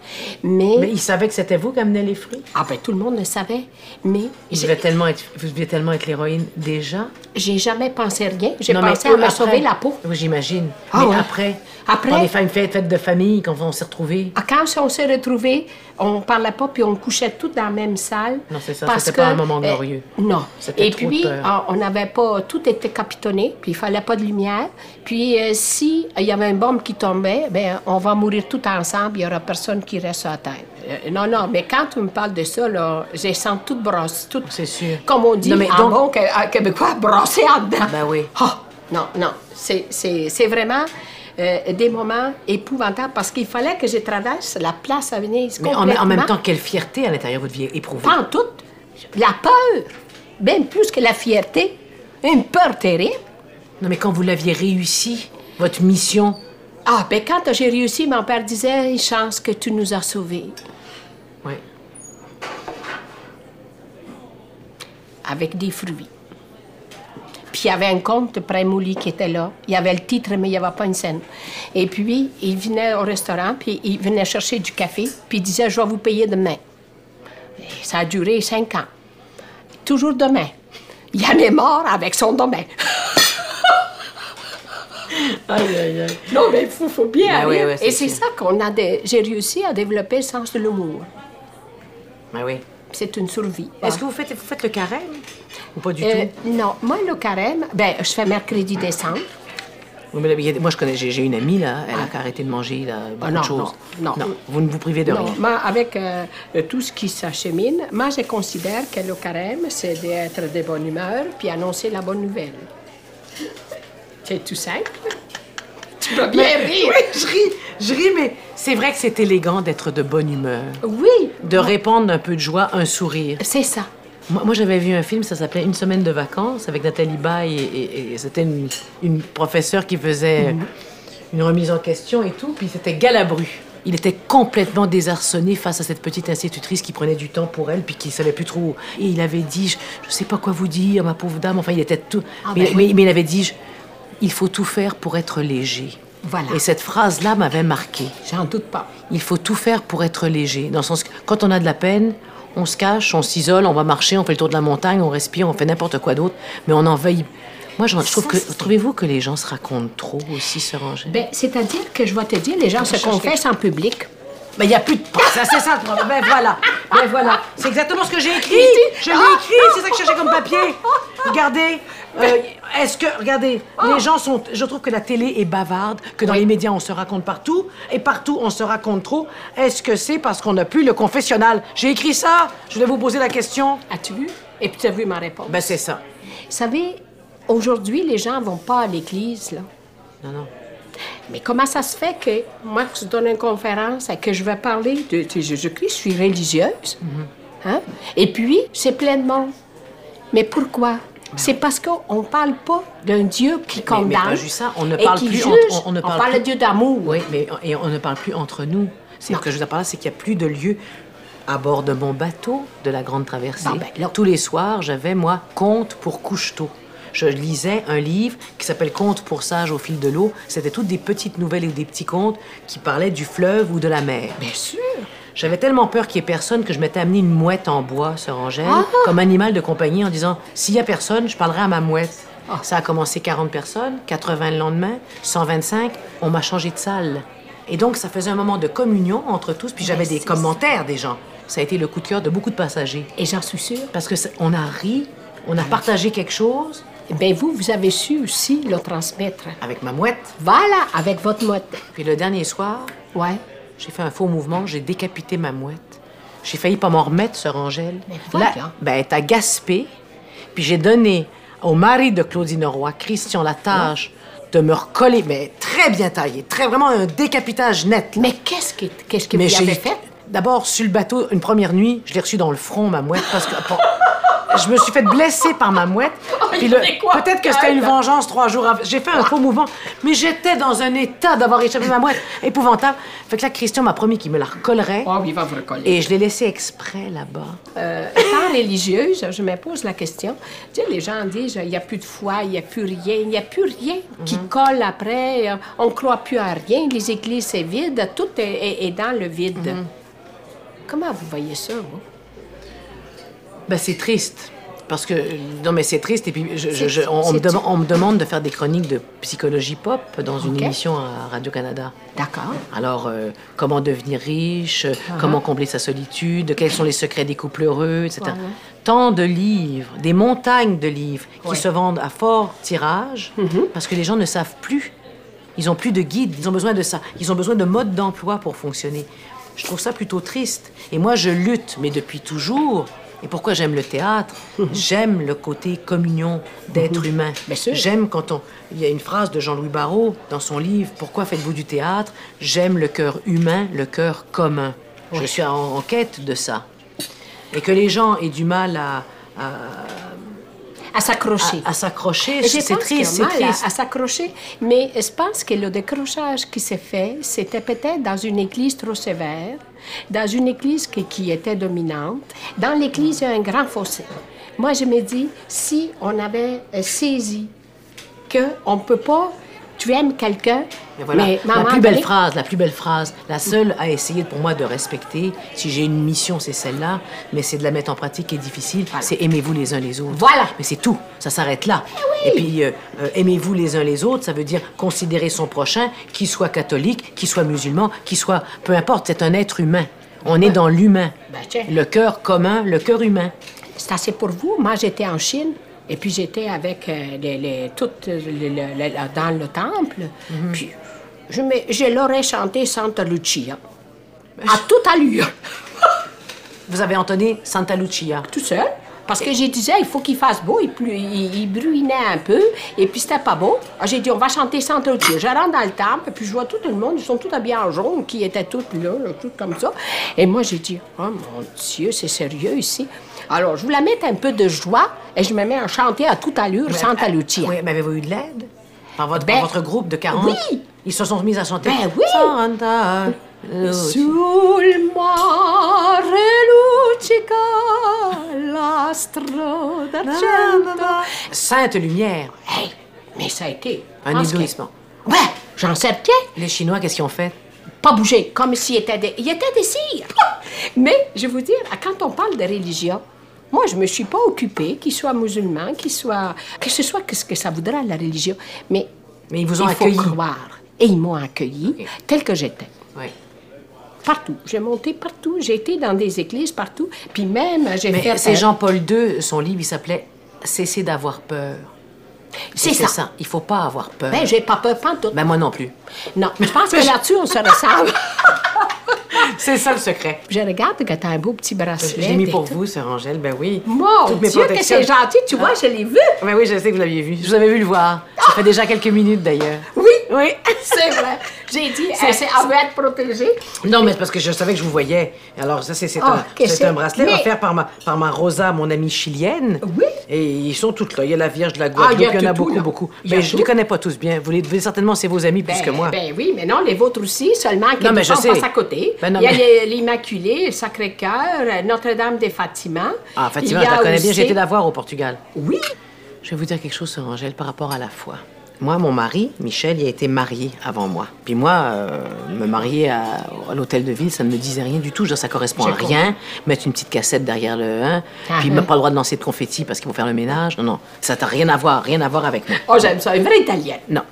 Mais, Mais il savait que c'était vous qui amenez les fruits. ah ben, tout le monde le savait, mais Il j'ai- devait tellement être, vous deviez tellement être l'héroïne déjà. j'ai jamais pensé rien. J'ai Non, mais pensé eux, à me après- sauver la peau. Oui, j'imagine. Ah mais ouais. après, Après- dans les femmes fêtes, fêtes de famille, quand on s'est retrouvés. Ah, Quand on s'est retrouvés, on parlait pas, puis on couchait tous dans la même salle. Non, c'est ça, parce c'était pas que- un moment euh, glorieux. non. C'était Et trop puis, peur. ah, on n'avait pas... Tout était capitonné, puis il fallait pas de lumière. Puis, euh, si il y avait une bombe qui tombait, ben on va mourir tout ensemble, il y aura personne qui reste à terre. Euh, non, non, mais quand tu me parles de ça, là, j'ai sens toute brosse, toute... C'est sûr. Comme on dit Non, mais en donc- bon qué- en québécois, brosser en dedans. Ben oui. Ah, non, non. C'est- C'est c'est vraiment euh, des moments épouvantables parce qu'il fallait que je traverse la place à Venise Mais en, en même complètement. Ah. temps, quelle fierté à l'intérieur vous deviez éprouver. Pas en tout. La peur, bien plus que la fierté, une peur terrible. Non, mais quand vous l'aviez réussi, votre mission, Ah, ben quand j'ai réussi, mon père disait Une chance que tu nous as sauvés. oui. avec des fruits. Puis il y avait un compte Prémouli qui était là. Il y avait le titre, mais il n'y avait pas une scène. Et puis, il venait au restaurant, puis il venait chercher du café, puis il disait Je vais vous payer demain. Et ça a duré cinq ans. Toujours demain. Il en est mort avec son demain. Aïe, aïe, aïe. Non, mais il faut, faut bien. Ben oui, rire. oui, c'est Et c'est sûr. ça qu'on a. dé- J'ai réussi à développer le sens de l'humour. Ben oui. C'est une survie. Est-ce que vous faites, vous faites le carême? Ou pas du Euh, tout? non, moi, le carême, ben, je fais mercredi décembre. Oui, mais là, il y a des- moi, je connais, j'ai j'ai une amie, là, elle a arrêté de manger, là, beaucoup Ah. non, de choses. non, non. vous ne vous privez de Non, rien. moi, avec euh, euh, tout ce qui s'achemine, moi, je considère que le carême, c'est d'être de bonne humeur puis annoncer la bonne nouvelle. C'est tout simple. Tu vas bien rire. Je ris, je ris, mais c'est vrai que c'est élégant d'être de bonne humeur. Oui, De répandre un peu de joie, un sourire. c'est ça. Moi, moi, j'avais vu un film, ça s'appelait Une semaine de vacances avec Nathalie Baye et, et- et c'était une, une professeure qui faisait une remise en question et tout, puis c'était Galabru. Il était complètement désarçonné face à cette petite institutrice qui prenait du temps pour elle, puis qui savait plus trop. Et il avait dit, je, je sais pas quoi vous dire, ma pauvre dame. Enfin, il était tout. Ah, mais, ben oui. mais- mais il avait dit, je- il faut tout faire pour être léger. Voilà. Et cette phrase-là m'avait marquée. J'en doute pas. Il faut tout faire pour être léger. Dans le sens que quand on a de la peine, on se cache, on s'isole, on va marcher, on fait le tour de la montagne, on respire, on fait n'importe quoi d'autre, mais on envahit. Moi, je je trouve Ça, que. c'est- Trouvez-vous que les gens se racontent trop aussi, se ranger Ben, c'est-à-dire que je vais te dire, les gens se cherche confessent en public. Mais ben, il n'y a plus de ça, c'est ça le problème. Ben voilà, ben voilà. C'est exactement ce que j'ai écrit. Ici. Je l'ai Ah. écrit, c'est ça que je cherchais comme papier. Regardez, euh, est-ce que, regardez, les gens sont, je trouve que la télé est bavarde, que dans les médias on se raconte partout, et partout on se raconte trop. Est-ce que c'est parce qu'on n'a plus le confessionnal J'ai écrit ça, je voulais vous poser la question. As-tu vu? Et puis, tu as vu ma réponse. Ben c'est ça. Vous savez, aujourd'hui, les gens vont pas à l'église, là. Non, non. Mais comment ça se fait que moi, je donne une conférence et que je vais parler de, de Jésus-Christ, je suis religieuse, Mhm. hein? et puis c'est plein de monde. Mais pourquoi? C'est parce qu'on ne parle pas d'un Dieu qui Ben mais condamne. pas juste ça, on ne et parle qui plus, juge. on- on- on ne parle parle plus. de Dieu d'amour. Oui, mais et on ne parle plus entre nous. C'est ce que je vous parle, c'est qu'il n'y a plus de lieu à bord de mon bateau de la Grande Traversée. Bon, ben, là- Tous les soirs, j'avais, moi, Conte pour couche-tôt. Je lisais un livre qui s'appelle Conte pour sage au fil de l'eau. C'était toutes des petites nouvelles et des petits contes qui parlaient du fleuve ou de la mer. Bien sûr. J'avais tellement peur qu'il y ait personne que je m'étais amené une mouette en bois sur Angèle, Ah! comme animal de compagnie, en disant s'il y a personne, je parlerai à ma mouette. Ah! Ça a commencé 40 personnes, 80 le lendemain, 125. On m'a changé de salle. Et donc, ça faisait un moment de communion entre tous, puis j'avais Mais des c'est commentaires des gens. Ça a été le coup de cœur de beaucoup de passagers. Et j'en suis sûre. Parce que ça- on a ri, on Ah a partagé quelque chose Ben vous, vous avez su aussi le transmettre. avec ma mouette. Voilà, avec votre motte. Puis le dernier soir, Ouais. J'ai fait un faux mouvement, j'ai décapité ma mouette. J'ai failli pas m'en remettre, sur Angèle. Mais voyons. ben, elle t'a gaspé. Puis j'ai donné au mari de Claudine Roy, Christian Latage, de me recoller, mais très bien taillé, très vraiment un décapitage net. là. Mais qu'est-ce que, qu'est-ce que vous j'ai- avez fait? D'abord, sur le bateau, une première nuit, je l'ai reçu dans le front, ma mouette, parce que. pour- Je me suis fait blesser par ma mouette. Puis Oh, il y le- avait quoi? peut-être que c'était une Elle. vengeance trois jours avant. J'ai fait un faux mouvement, mais j'étais dans un état d'avoir échappé ma mouette épouvantable. Fait que là, Christian m'a promis qu'il me la recollerait. Oh, il va vous recoller. Et je l'ai laissé exprès là-bas. étant religieuse, je me pose la question. Tu sais, les gens disent, il n'y a plus de foi, il n'y a plus rien, il n'y a plus rien qui Mhm. colle après. euh, On ne croit plus à rien, les églises, c'est vide, tout est, est- est dans le vide. Mhm. Comment vous voyez ça, vous? Ben, c'est triste. Parce que, non mais c'est triste, et puis je- je- je- C'est- on, on me c'est- dema- on me demande de faire des chroniques de psychologie pop dans une Ok. émission à Radio-Canada. D'accord. Alors, euh, comment devenir riche, euh, Uh-huh. comment combler sa solitude, quels sont les secrets des couples heureux, etc. Tant de livres, des montagnes de livres qui Ouais. Mm-hmm. se vendent à fort tirage parce que les gens ne savent plus. Ils ont plus de guide, ils ont besoin de ça. Ils ont besoin de mode d'emploi pour fonctionner. Je trouve ça plutôt triste. Et moi, je lutte, mais depuis toujours. Et pourquoi j'aime le théâtre J'aime le côté communion d'être humain. Mm-hmm. Bien sûr. J'aime quand on. Il y a une phrase de Jean-Louis Barrault dans son livre Pourquoi faites-vous du théâtre J'aime le cœur humain, le cœur commun. Je suis en, en quête de ça. Et que les gens aient du mal à. à- À à s'accrocher. À, à s'accrocher, Je c'est pense qu'il y a triste, c'est mal à- triste. À, s'accrocher, mais je pense que le décrochage qui s'est fait, c'était peut-être dans une église trop sévère, dans une église qui, qui était dominante. Dans l'église, il y a un grand fossé. Moi, je me dis, si on avait euh, saisi qu'on ne peut pas, tu aimes quelqu'un, Et voilà. mais la maman, plus belle donné- phrase, la plus belle phrase, la seule à essayer pour moi de respecter, si j'ai une mission, c'est celle-là, mais c'est de la mettre en pratique qui est difficile, c'est aimez-vous les uns les autres. Voilà. Eh Mais c'est tout, ça s'arrête là. Et puis, euh, euh, aimez-vous les uns les autres, ça veut dire considérer son prochain, qu'il soit catholique, qu'il soit musulman, qu'il soit... Peu importe, c'est un être humain. On est dans l'humain. Ben, tiens. le cœur commun, le cœur humain. C'est assez pour vous. Moi, j'étais en Chine. Et puis j'étais avec euh, les, les- toutes euh, les- les- les- dans le temple. Puis je, me- je leur ai chanté Santa Lucia. À toute allure, Vous avez entonné Santa Lucia. tout seul. Parce que j'ai disais, il faut qu'il fasse beau, il, plu- il, il bruinait un peu, et puis c'était pas beau. Alors, J'ai dit, on va chanter Santa Lucia. Je rentre dans le temple, puis je vois tout le monde, ils sont tous habillés en jaune, qui étaient tous là, là, tout comme ça. Et moi, j'ai dit, oh mon Dieu, c'est sérieux ici. Alors, je voulais mettre un peu de joie, et je me mets à chanter à toute allure Santa Lucia. Oui, mais avez-vous eu de l'aide? Par votre, Ben, par votre groupe de 40? oui. Ils se sont mis à chanter. Ben oui. Santa Lucia. Sul mare luccica l'astro d'argento. Sainte Lumière. Hey, mais ça a été. Un parce que- éblouissement. Ouais, j'en sais rien. Les Chinois, qu'est-ce qu'ils ont fait? Pas bouger, comme s'il était des... Il était des cires. mais je vous dire, quand on parle de religion, moi, je me suis pas occupée, qu'il soit musulman, qu'il soit... Que ce soit ce que ça voudra, la religion. Mais Mais ils vous ont il accueilli. faut croire. Et ils m'ont accueilli tel que j'étais. Oui. Partout. J'ai monté partout. J'ai été dans des églises partout. Puis même, j'ai Mais fait. c'est euh, Jean-Paul II, son livre, il s'appelait Cessez d'avoir peur. Et euh, C'est ça. Il faut pas avoir peur. Ben, j'ai pas peur pantoute. Ben, moi non plus. non, je pense que là-dessus, on se ressemble. C'est ça le secret. je regarde que t'as un beau petit Je bracelet. l'ai mis et pour tout. vous, Sœur Angèle, ben oui. Mon Toutes mes Dieu, que protections. c'est gentil. Tu vois, je l'ai vu. Ben oui, je sais que vous l'aviez vu. Je vous avais vu le voir. Ça fait déjà quelques minutes, d'ailleurs. Oui. Oui. C'est vrai. J'ai dit, elle c'est à être protégée. Non, mais c'est parce que je savais que je vous voyais. Alors, ça, c'est c'est Ah, un, qu'est-ce c'est un que- bracelet mais- offert par ma, par ma Rosa, mon amie chilienne. Oui. Et ils sont toutes là. Il y a la Vierge de la Ah, Guadeloupe, il y a il y en a tout, beaucoup, là. beaucoup. Il y a Mais je tout. les connais pas tous bien. Vous les devez certainement, c'est vos amis plus que moi. Ben oui, mais non, les vôtres aussi, seulement que Non, mais je je sais. passe à côté. Ben non, il y a mais- les- l'Immaculée, le Sacré-Cœur, euh, Notre-Dame des Fatima. ah, Fatima, Il y je la a connais bien. aussi- J'ai été la voir au Portugal. Oui. Je vais vous dire quelque chose, Sœur Angèle, par rapport à la foi. Moi, mon mari, Michel, il a été marié avant moi. Puis moi, euh, me marier à, à l'hôtel de ville, ça ne me disait rien du tout. Je veux dire, ça correspond à Je rien. Mettre une petite cassette derrière le hein, puis Ah, même hein. pas le droit de lancer de confetti parce qu'ils vont faire le ménage. Non, non, ça n'a rien à voir, rien à voir avec moi. Oh, j'aime ça. Une vraie Italienne. Non.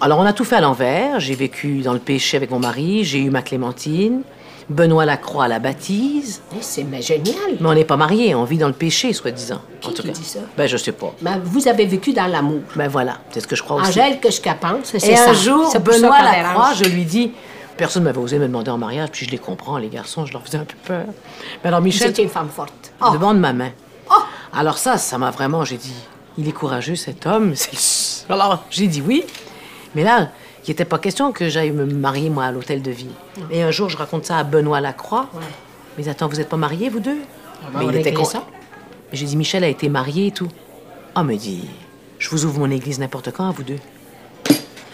Alors, on a tout fait à l'envers. J'ai vécu dans le péché avec mon mari. J'ai eu ma Clémentine. Benoît Lacroix à la baptise. Eh, C'est mais génial. Mais on n'est pas mariés, on vit dans le péché, soi-disant. Qui qui dit ça? Ben, je sais pas. Mais vous avez vécu dans l'amour. Ben voilà, c'est ce que je crois aussi. Angèle, que ce qu'elle pense, c'est ça. Et un jour, C'est pour ça Benoît qu'on Lacroix, dérange. je lui dis, personne m'avait osé me demander en mariage, puis je les comprends, les garçons, je leur faisais un peu peur. Mais alors Vous Michel, étiez une femme forte. me demande ma main. Oh! Alors ça, ça m'a vraiment, j'ai dit, il est courageux cet homme. c'est le- Alors j'ai dit oui, mais là, il n'était pas question que j'aille me marier moi à l'hôtel de ville. Et un jour, je raconte ça à Benoît Lacroix. Mais attends, vous n'êtes pas mariés vous deux Mais Ah bah, on réglait con- ça. J'ai dit, Michel a été marié et tout. Ah, me dit, je vous ouvre mon église n'importe quand à vous deux.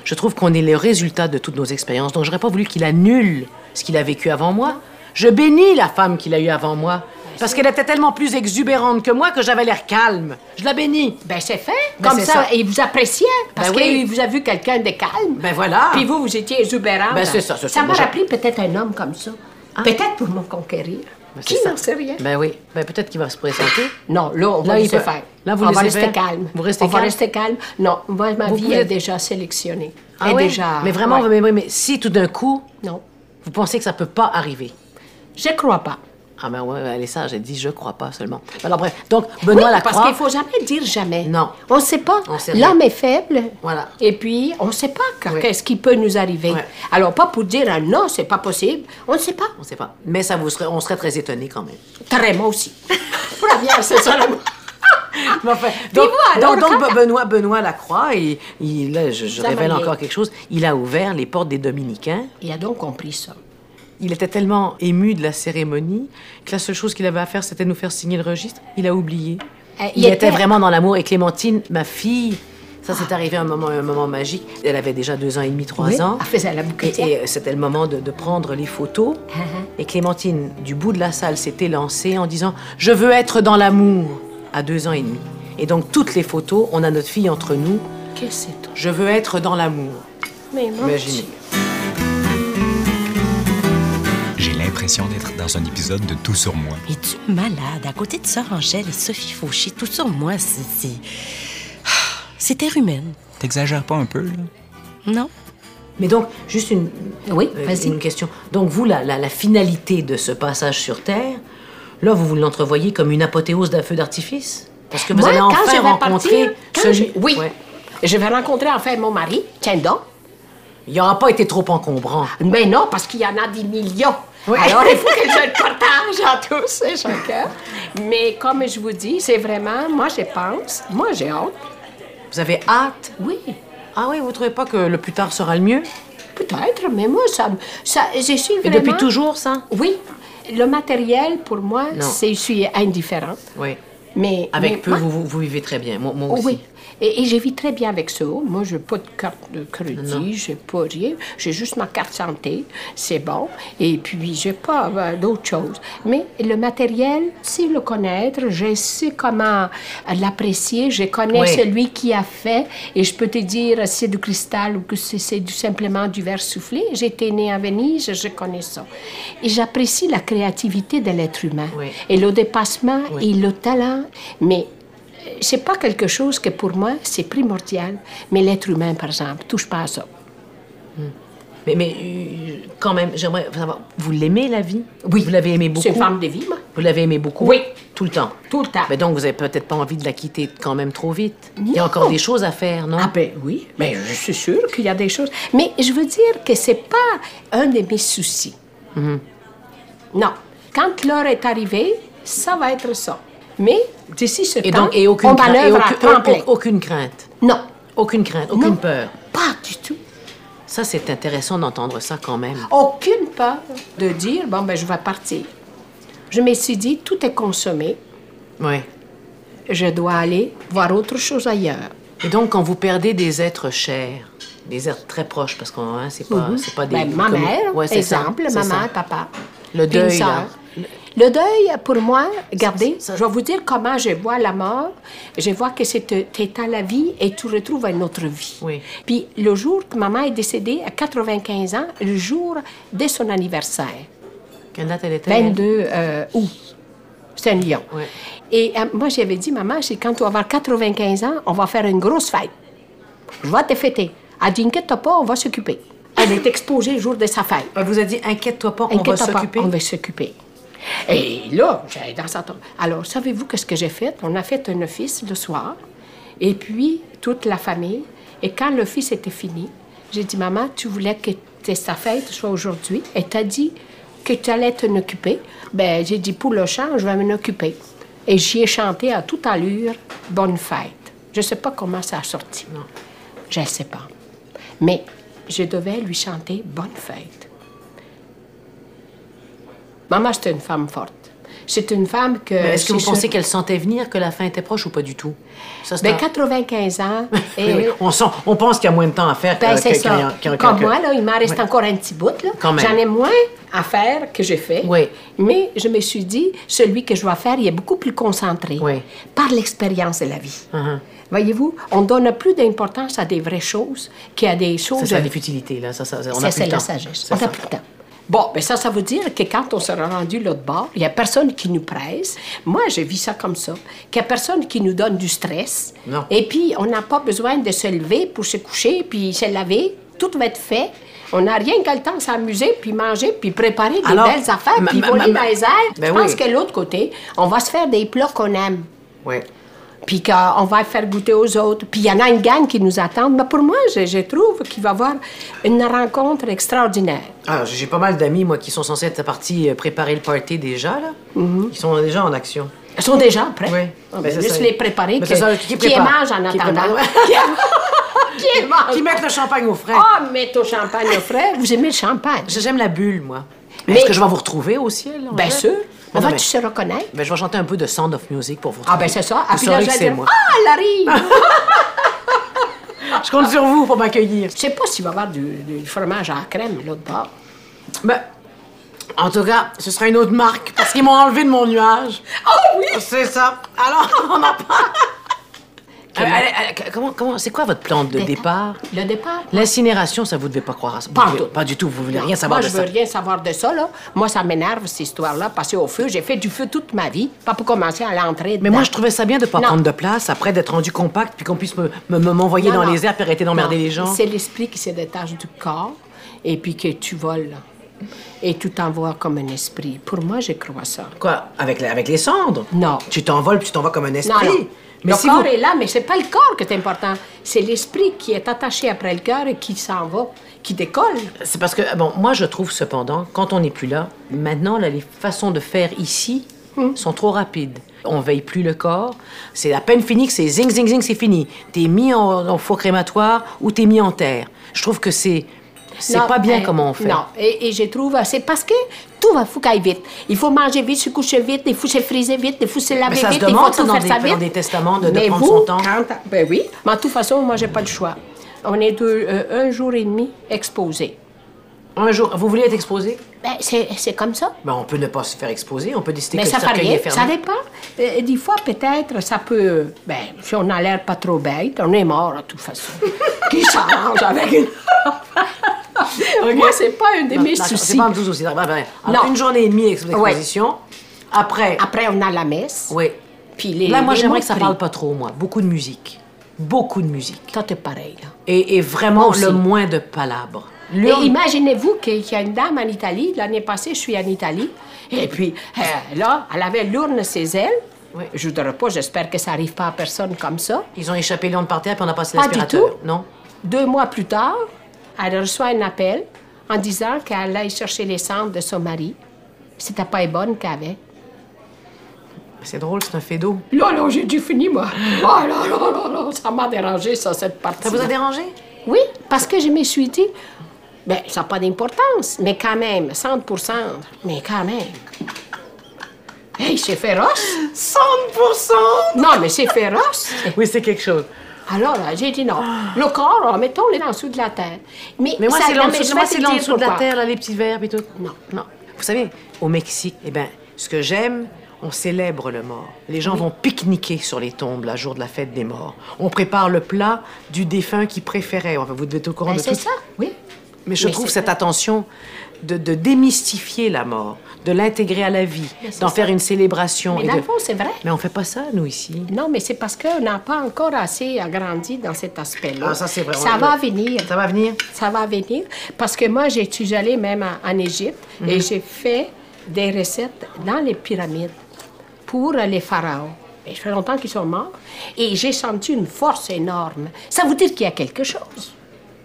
Je trouve qu'on est le résultat de toutes nos expériences, donc j'aurais pas voulu qu'il annule ce qu'il a vécu avant moi. Je bénis la femme qu'il a eue avant moi, parce qu'elle était tellement plus exubérante que moi que j'avais l'air calme. Je la bénis. Ben, c'est fait. Ben, Comme c'est ça, ça. il vous appréciait. Parce Ben qu'il oui. vous a vu quelqu'un de calme. Ben voilà. Puis vous, vous étiez exubérant. Ben, c'est ça, c'est ça. Ça m'a Moi, j'ai- rappelé peut-être un homme comme ça. Peut-être pour me conquérir. Ben, c'est Qui ça. n'en sait rien? Ben oui, ben peut-être qu'il va se présenter. Non, là, on va Là, il laisser peut- faire. là, vous on va laissez rester faire? calme. Vous restez on calme? va rester calme. Non, moi, ma Vous vie pouvez- est déjà sélectionnée. Ah est ouais? déjà... Mais vraiment, ouais. mais, mais- mais si tout d'un coup, Non, vous pensez que ça peut pas arriver. je crois pas. Ah ben ouais, elle est sage, elle dit je crois pas seulement. Alors bref, donc Benoît oui, Lacroix... parce qu'il faut jamais dire jamais. Non. On ne sait pas. On sait rien. L'homme est faible. Voilà. Et puis, on ne sait pas quand- Oui. qu'est-ce qui peut nous arriver. Ouais. Alors, pas pour dire un non, c'est pas possible. On ne sait pas. On sait pas. Mais ça vous serait, on serait très étonné quand même. Très moi aussi. Première, c'est ça. la- Mais enfin, donc, vous, alors, donc- donc, quand- Be- Benoît, Benoît Lacroix, il, il- là, je, je Ça va révèle bien. encore quelque chose. Il a ouvert les portes des Dominicains. Il a donc compris ça. Il était tellement ému de la cérémonie que la seule chose qu'il avait à faire, c'était nous faire signer le registre. Il a oublié. Euh, Il, était... vraiment dans l'amour. Et Clémentine, ma fille, ça c'est arrivé un moment, un moment magique. Elle avait déjà deux ans et demi, trois Oui, ans. Elle faisait la Et, bouquetière. Uh-huh. et, euh, c'était le moment de, de prendre les photos. Et Clémentine, du bout de la salle, s'était lancée en disant Je veux être dans l'amour à deux ans et demi. Et donc, toutes les photos, on a notre fille entre nous Qu'est-ce que c'est donc? Je veux être dans l'amour. Mais mon Imaginez. Dieu. J'ai l'impression d'être dans un épisode de Tout sur moi. Es-tu malade? À côté de Sœur Angèle et Sophie Fauché, tout sur moi, c'est. c'est- Ah, C'est terre humaine, T'exagères pas un peu, là? non? Mais donc, juste une, Oui, euh, vas-y. une question. Donc, vous, la, la- la finalité de ce passage sur Terre, là, vous, vous l'entrevoyez comme une apothéose d'un feu d'artifice Parce que vous Moi, allez quand je enfin vais rencontrer partir, quand celui. je- Oui. Ouais. Je vais rencontrer enfin mon mari, tiens donc. Il n'aura pas été trop encombrant. Mais non, parce qu'il y en a des millions. Oui. Alors, il faut que je le partage à tous et chacun. Mais comme je vous dis, c'est vraiment, moi, je pense, moi, j'ai hâte. Vous avez hâte Oui, Ah oui, vous trouvez pas que le plus tard sera le mieux peut-être, mais moi, ça, me- ça je suis Et vraiment... depuis toujours, ça Oui. Le matériel, pour moi, Non. c'est, je suis indifférente. Oui. Mais... mais Avec peu, moi- vous, vous- vous vivez très bien. Moi, moi Oh aussi. Oui. Et, et je vis très bien avec ça. Moi, je n'ai pas de carte de crédit, je n'ai pas rien. J'ai juste ma carte santé, c'est bon. Et puis, je n'ai pas euh, d'autre chose. Mais le matériel, c'est le connaître. Je sais comment euh, l'apprécier. Je connais Oui. celui qui a fait. Et je peux te dire euh, c'est du cristal ou que c'est c'est du, simplement du verre soufflé. J'étais née à Venise, je connais ça. Et j'apprécie la créativité de l'être humain. Oui. Et le dépassement et le talent. Mais euh, c'est pas quelque chose que pour moi, c'est primordial. Mais l'être humain, par exemple, touche pas à ça. Mais, mais euh, quand même, j'aimerais savoir, vous l'aimez, la vie Oui. Vous l'avez aimé beaucoup C'est une forme de vie, moi. Vous l'avez aimé beaucoup Oui. Tout le temps Tout le temps. Mais donc, vous avez peut-être pas envie de la quitter quand même trop vite. Il y a encore des choses à faire, non Ah ben oui, mais je suis sûre qu'il y a des choses. Mais je veux dire que c'est pas un de mes soucis. Mhm. Non. Quand l'heure est arrivée, ça va être ça. Mais d'ici ce Et temps, donc, et aucune on va crainte. et l'œuvre à aucune- temps plein. au- aucune crainte. Non, Aucune crainte, aucune Non. peur. pas du tout. Ça, c'est intéressant d'entendre ça quand même. Aucune peur de dire, bon, ben je vais partir. Je me suis dit, tout est consommé, Oui. je dois aller voir autre chose ailleurs. Et donc, quand vous perdez des êtres chers, des êtres très proches, parce que hein, c'est pas, c'est pas des. Ben, ma comme- mère, Ouais, c'est ça, exemple, c'est ma ça. mère, papa. Le puis une deuil, là. sœur. Le deuil, pour moi, regardez, ça- je vais vous dire comment je vois la mort. Je vois que c'est t'es à la vie et tu retrouves une autre vie. Oui. Puis le jour que maman est décédée, à 95 ans, le jour de son anniversaire, Quelle date elle était elle? 22 euh, août. C'est un lion. Ouais. Et euh, moi, j'avais dit, maman, c'est quand tu vas avoir 95 ans, on va faire une grosse fête. Je vais te fêter. Elle dit, inquiète pas, on va s'occuper. Elle est exposée le jour de sa fête. Elle vous a dit inquiète-toi pas, on va Inquiète-toi pas, s'occuper. On va s'occuper. Et là, j'allais dans sa tombe. Alors, savez-vous qu'est-ce que j'ai fait? On a fait un office le soir, et puis toute la famille. Et quand l'office était fini, j'ai dit, maman, tu voulais que tes- ta fête soit aujourd'hui, et t'as dit que tu allais t'en occuper. Ben, j'ai dit, pour le chant, je vais m'en occuper. Et j'y ai chanté à toute allure, bonne fête. Je sais pas comment ça a sorti. Je ne sais pas. Mais je devais lui chanter bonne fête. Maman, c'est une femme forte. C'est une femme que. Mais Euh, Est-ce que vous c'est pensez sûr- qu'elle sentait venir que la fin était proche ou pas du tout Ça, c'est Ben, un- 95 ans. Oui, et... oui. On, euh, sent, on pense qu'il y a moins de temps à faire Eh Ben, que- c'est que- ça. qu'un- qu'un- Comme qu'un- moi, là, il m'en reste Ouais. encore un petit bout. là. Quand même. J'en ai moins à faire que j'ai fait. Oui. Mais je me suis dit, celui que je vais faire, il est beaucoup plus concentré Oui. par l'expérience de la vie. Uh-huh. Voyez-vous, on donne plus d'importance à des vraies choses qu'à des C'est choses ça, les futilités, là. Ça, ça, on a Ça, plus c'est le temps. la sagesse. C'est On n'a ça. plus le temps. Bon, ben ça, ça veut dire que quand on sera rendu l'autre bord, il n'y a personne qui nous presse. Moi, je vis ça comme ça. Qu'il n'y a personne qui nous donne du stress. Non. Et puis, on n'a pas besoin de se lever pour se coucher, puis se laver. Tout va être fait. On n'a rien qu'à le temps de s'amuser, puis manger, puis préparer des Alors, belles affaires, ma- puis ma- voler ma- dans les airs. Ben Je pense oui. que l'autre côté, on va se faire des plats qu'on aime Ouais. puis qu'on va faire goûter aux autres, puis il y en a une gang qui nous attend. Mais pour moi, je, je trouve qu'il va y avoir une rencontre extraordinaire. Ah, j'ai pas mal d'amis, moi, qui sont censés être partis euh, préparer le party déjà, là. Mm-hmm. Ils sont déjà en action. Ils sont déjà prêts. Oui. On Ben, va c'est juste ça. les préparer, Ben, que- c'est ça, qui, qui prépare. mangent en Qui attendant. prépare. qui mange. Qui mettent le champagne au frais. Ah, mets ton champagne au frère. Vous aimez le champagne? J'aime la bulle, moi. Mais- Est-ce que je vais vous retrouver au ciel? en Bien fait? sûr. On non, va-tu mais- se reconnaître? Ben, je vais chanter un peu de Sound of Music pour vous. Ah, ben c'est ça. Vous Ah, puis là, saurez je que vais c'est dire, moi. ah, elle arrive! ah, Je compte sur vous pour m'accueillir. Je sais pas s'il va y avoir du, du fromage à la crème, l'autre bord. Ben, en tout cas, ce sera une autre marque parce qu'ils m'ont enlevé de mon nuage. Oh oui! C'est ça. Alors, on en parle. Euh, allez, allez, c- comment, comment, c'est quoi votre plan de départ? Le départ? L'incinération, ça, vous devez pas croire à ça. Vous Pas devez- tout. Pas du tout, vous voulez Non, rien savoir Moi, de je ça. veux rien savoir de ça, là. Moi, ça m'énerve, cette histoire-là, passer au feu. J'ai fait du feu toute ma vie, pas pour commencer à l'entrée Mais moi, je trouvais ça bien de pas Non. prendre de place après d'être rendu compact puis qu'on puisse me- me- me- m'envoyer dans les airs puis arrêter d'emmerder les gens. C'est l'esprit qui se détache du corps et puis que tu voles, là. Et tu t'envoies comme un esprit. Pour moi, je crois ça. Quoi? Avec, la- avec les cendres? Non. Tu t'envoles puis tu t'en vas comme un Non, esprit. non. Mais le si corps vous- est là, mais c'est pas le corps qui est important. C'est l'esprit qui est attaché après le cœur et qui s'en va, qui décolle. C'est parce que, bon, moi, je trouve cependant, quand on n'est plus là, maintenant, là, les façons de faire ici Hmm. sont trop rapides. On veille plus le corps. C'est à peine fini que c'est zing, zing, zing, c'est fini. T'es mis en, en four crématoire ou t'es mis en terre. Je trouve que c'est. C'est Non, pas bien euh, comment on fait. Non, et, et je trouve, euh, c'est parce que tout va faut qu'aille vite. Il faut manger vite, se coucher vite, il faut se friser vite, il faut se laver Mais ça se vite, demande, il faut ça, tout dans faire des- ça dans vite. des testaments, de- de Mais prendre vous, son temps. quand- ben oui, mais de toute façon, moi, j'ai pas de choix. On est deux, euh, un jour et demi exposés. Un jour, vous voulez être exposé Ben, c'est c'est comme ça. ben, On peut ne pas se faire exposer, on peut décider Mais que ça le fait cercueil rien, est fermé. ça dépend. Euh, des fois, peut-être, ça peut... Ben, si on a l'air pas trop bête, on est mort, de toute façon. Qui s'arrange avec une... Moi, c'est pas un de Non, mes d'accord, soucis. C'est pas un douze aussi. d'accord, ben, ben, Non. Une journée et demie d'exposition. Après, Après, on a la messe. oui. Puis les, Là, moi, les j'aimerais que ça mots de parle prix. pas trop, moi. Beaucoup de musique. Beaucoup de musique. Toi, t'es pareil, là. Et, et vraiment Moi aussi. le moins de palabres. Et L'urne- imaginez-vous qu'il y a une dame en Italie, l'année passée, je suis en Italie, et puis euh, là, elle avait l'urne ses ailes. Oui. Je voudrais pas, j'espère que ça arrive pas à personne comme ça. Ils ont échappé l'onde par terre puis on a passé Pas du l'aspirateur. tout. Non? Deux mois plus tard, elle reçoit un appel en disant qu'elle allait chercher les cendres de son mari. C'était pas les bonnes qu'elle avait. C'est drôle, c'est un fait d'eau. Là, là, j'ai dû finir, moi. Oh là là là là, ça m'a dérangé, ça, cette partie Ça vous a dérangé? Oui, parce que je me suis dit, ben, ça n'a pas d'importance, mais quand même, 100 mais quand même. Hey, c'est féroce! 100 Non, mais c'est féroce! Oui, c'est quelque chose. Alors, là, j'ai dit non. Le corps, oh, mettons-le en dessous de la terre. Mais moi, ça- c'est non, l'en mais je dessous, vais moi, te c'est l'en dire dessous de la pourquoi. terre, là, les petits verbes et tout. Non, non. Vous savez, au Mexique, eh ben, ce que j'aime, on célèbre le mort. Les gens vont pique-niquer sur les tombes, le jour de la fête des morts. On prépare le plat du défunt qui préférait. Enfin, vous devez être au courant Ben, de c'est tout ça, oui. Mais je Mais trouve c'est cette attention de, de démystifier la mort, de l'intégrer à la vie, Mais c'est d'en ça. faire une célébration. Mais et dans de- le fond, c'est vrai. Mais on fait pas ça, nous, ici. Non, mais c'est parce qu'on n'a pas encore assez agrandi dans cet aspect-là. Ah, ça, c'est vrai, on Ça le- va venir. Ça va venir? Ça va venir. Parce que moi, j'ai- je suis allée même en, en Égypte Mhm. et j'ai fait des recettes dans les pyramides pour euh, les pharaons. Et ça fait longtemps qu'ils sont morts. Et j'ai senti une force énorme. Ça veut dire qu'il y a quelque chose.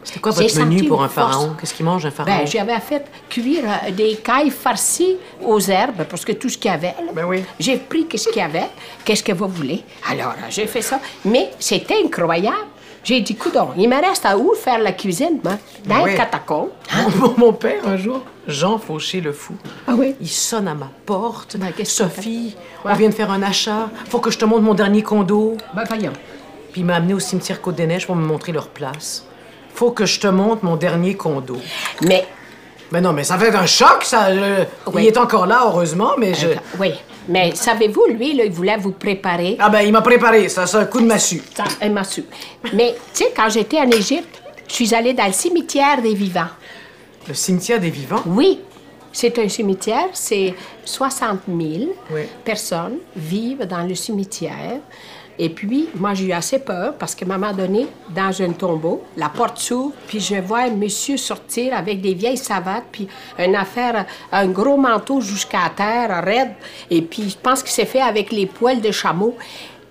C'était quoi J'ai votre menu senti pour une un pharaon? force. Qu'est-ce qu'il mange, un pharaon? Ben, j'avais fait cuire euh, des cailles farcies aux herbes, parce que tout ce qu'il y avait. là, Ben oui. J'ai pris qu'est-ce qu'il y avait, qu'est-ce que vous voulez. Alors, euh, j'ai fait ça. Mais c'était incroyable. J'ai dit, coudon, il me reste à où faire la cuisine, moi? Dans Ben oui. les catacombes. hein? Mon- Mon père, un jour, Jean Fauché le fou, Ah oui? il sonne à ma porte. Ben, qu'est-ce que Sophie, on vient de faire un achat. Faut que je te montre mon dernier condo. Ben, voyons. Puis il m'a amené au cimetière Côte-des-Neiges pour me montrer leur place. Faut que je te montre mon dernier condo. Mais, Mais non, mais ça fait un choc, ça. euh, Oui. Ben, Il est encore là, heureusement, mais je. oui, mais savez-vous, lui, là, il voulait vous préparer Ah ben, il m'a préparé, ça, c'est un coup de massue. Ça, elle m'a su. Mais, tu sais, quand j'étais en Égypte, je suis allée dans le cimetière des vivants. Le cimetière des vivants? Oui, c'est un cimetière, c'est 60 000 Oui. personnes vivent dans le cimetière. Et puis, moi, j'ai eu assez peur parce que, à un moment donné, dans un tombeau, la porte s'ouvre, puis je vois un monsieur sortir avec des vieilles savates, puis une affaire, un gros manteau jusqu'à terre, raide, et puis je pense que c'est fait avec les poils de chameau.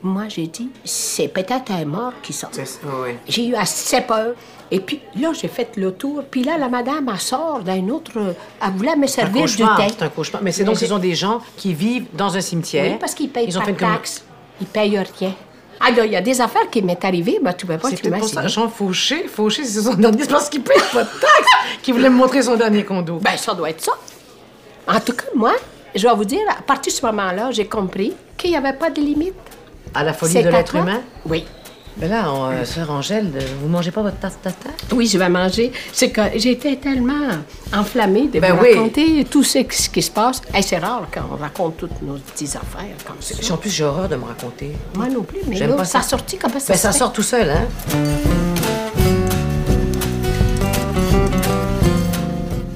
Moi, j'ai dit, c'est peut-être un mort qui sort. C'est- oui. J'ai eu assez peur. Et puis là, j'ai fait le tour. Puis là, la madame, elle sort d'un autre. Elle voulait me C'est un servir du cauchemar. thé. C'est un cauchemar. Mais c'est donc, Mais ce j'ai- sont des gens qui vivent dans un cimetière. Oui, parce qu'ils payent Ils ont pas fait de une commu- taxes. Ils payent rien. Ah, là, il y a des affaires qui m'est arrivée. Ben, tu peux pas, C'est tu peut-être pour ça. m'as Jean Fauché, Fauché, c'est son dernier. C'est parce qu'il Bah, paye pas de taxes qu'il voulait me montrer son dernier condo. Ben, ça doit être ça. En tout cas, moi, je vais vous dire, à partir de ce moment-là, j'ai compris qu'il n'y avait pas de limite. À la folie C'est de à l'être toi. Bah humain Oui. Mais là, on, euh, sœur Angèle, euh, vous mangez pas votre tasse tata Oui, je vais manger. C'est que j'étais tellement enflammée de Ben vous oui. raconter tout ce qui ce qui se passe. Et c'est rare quand on raconte toutes nos petites affaires comme ça. En plus, j'ai horreur de me raconter. Moi non plus, mais J'aime là, pas ça. ça sortit comme ça. Ben, se ça fait. sort tout seul, hein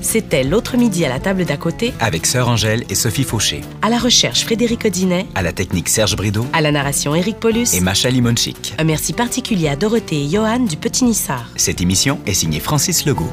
C'était l'autre midi à la table d'à côté, Avec Sœur Angèle et Sophie Fauché. à la recherche Frédéric Audinet, À la technique Serge Brideau à la narration Éric Paulus. et Macha Limonchik. Un merci particulier à Dorothée et Johan du Petit Nissard. Cette émission est signée Francis Legault.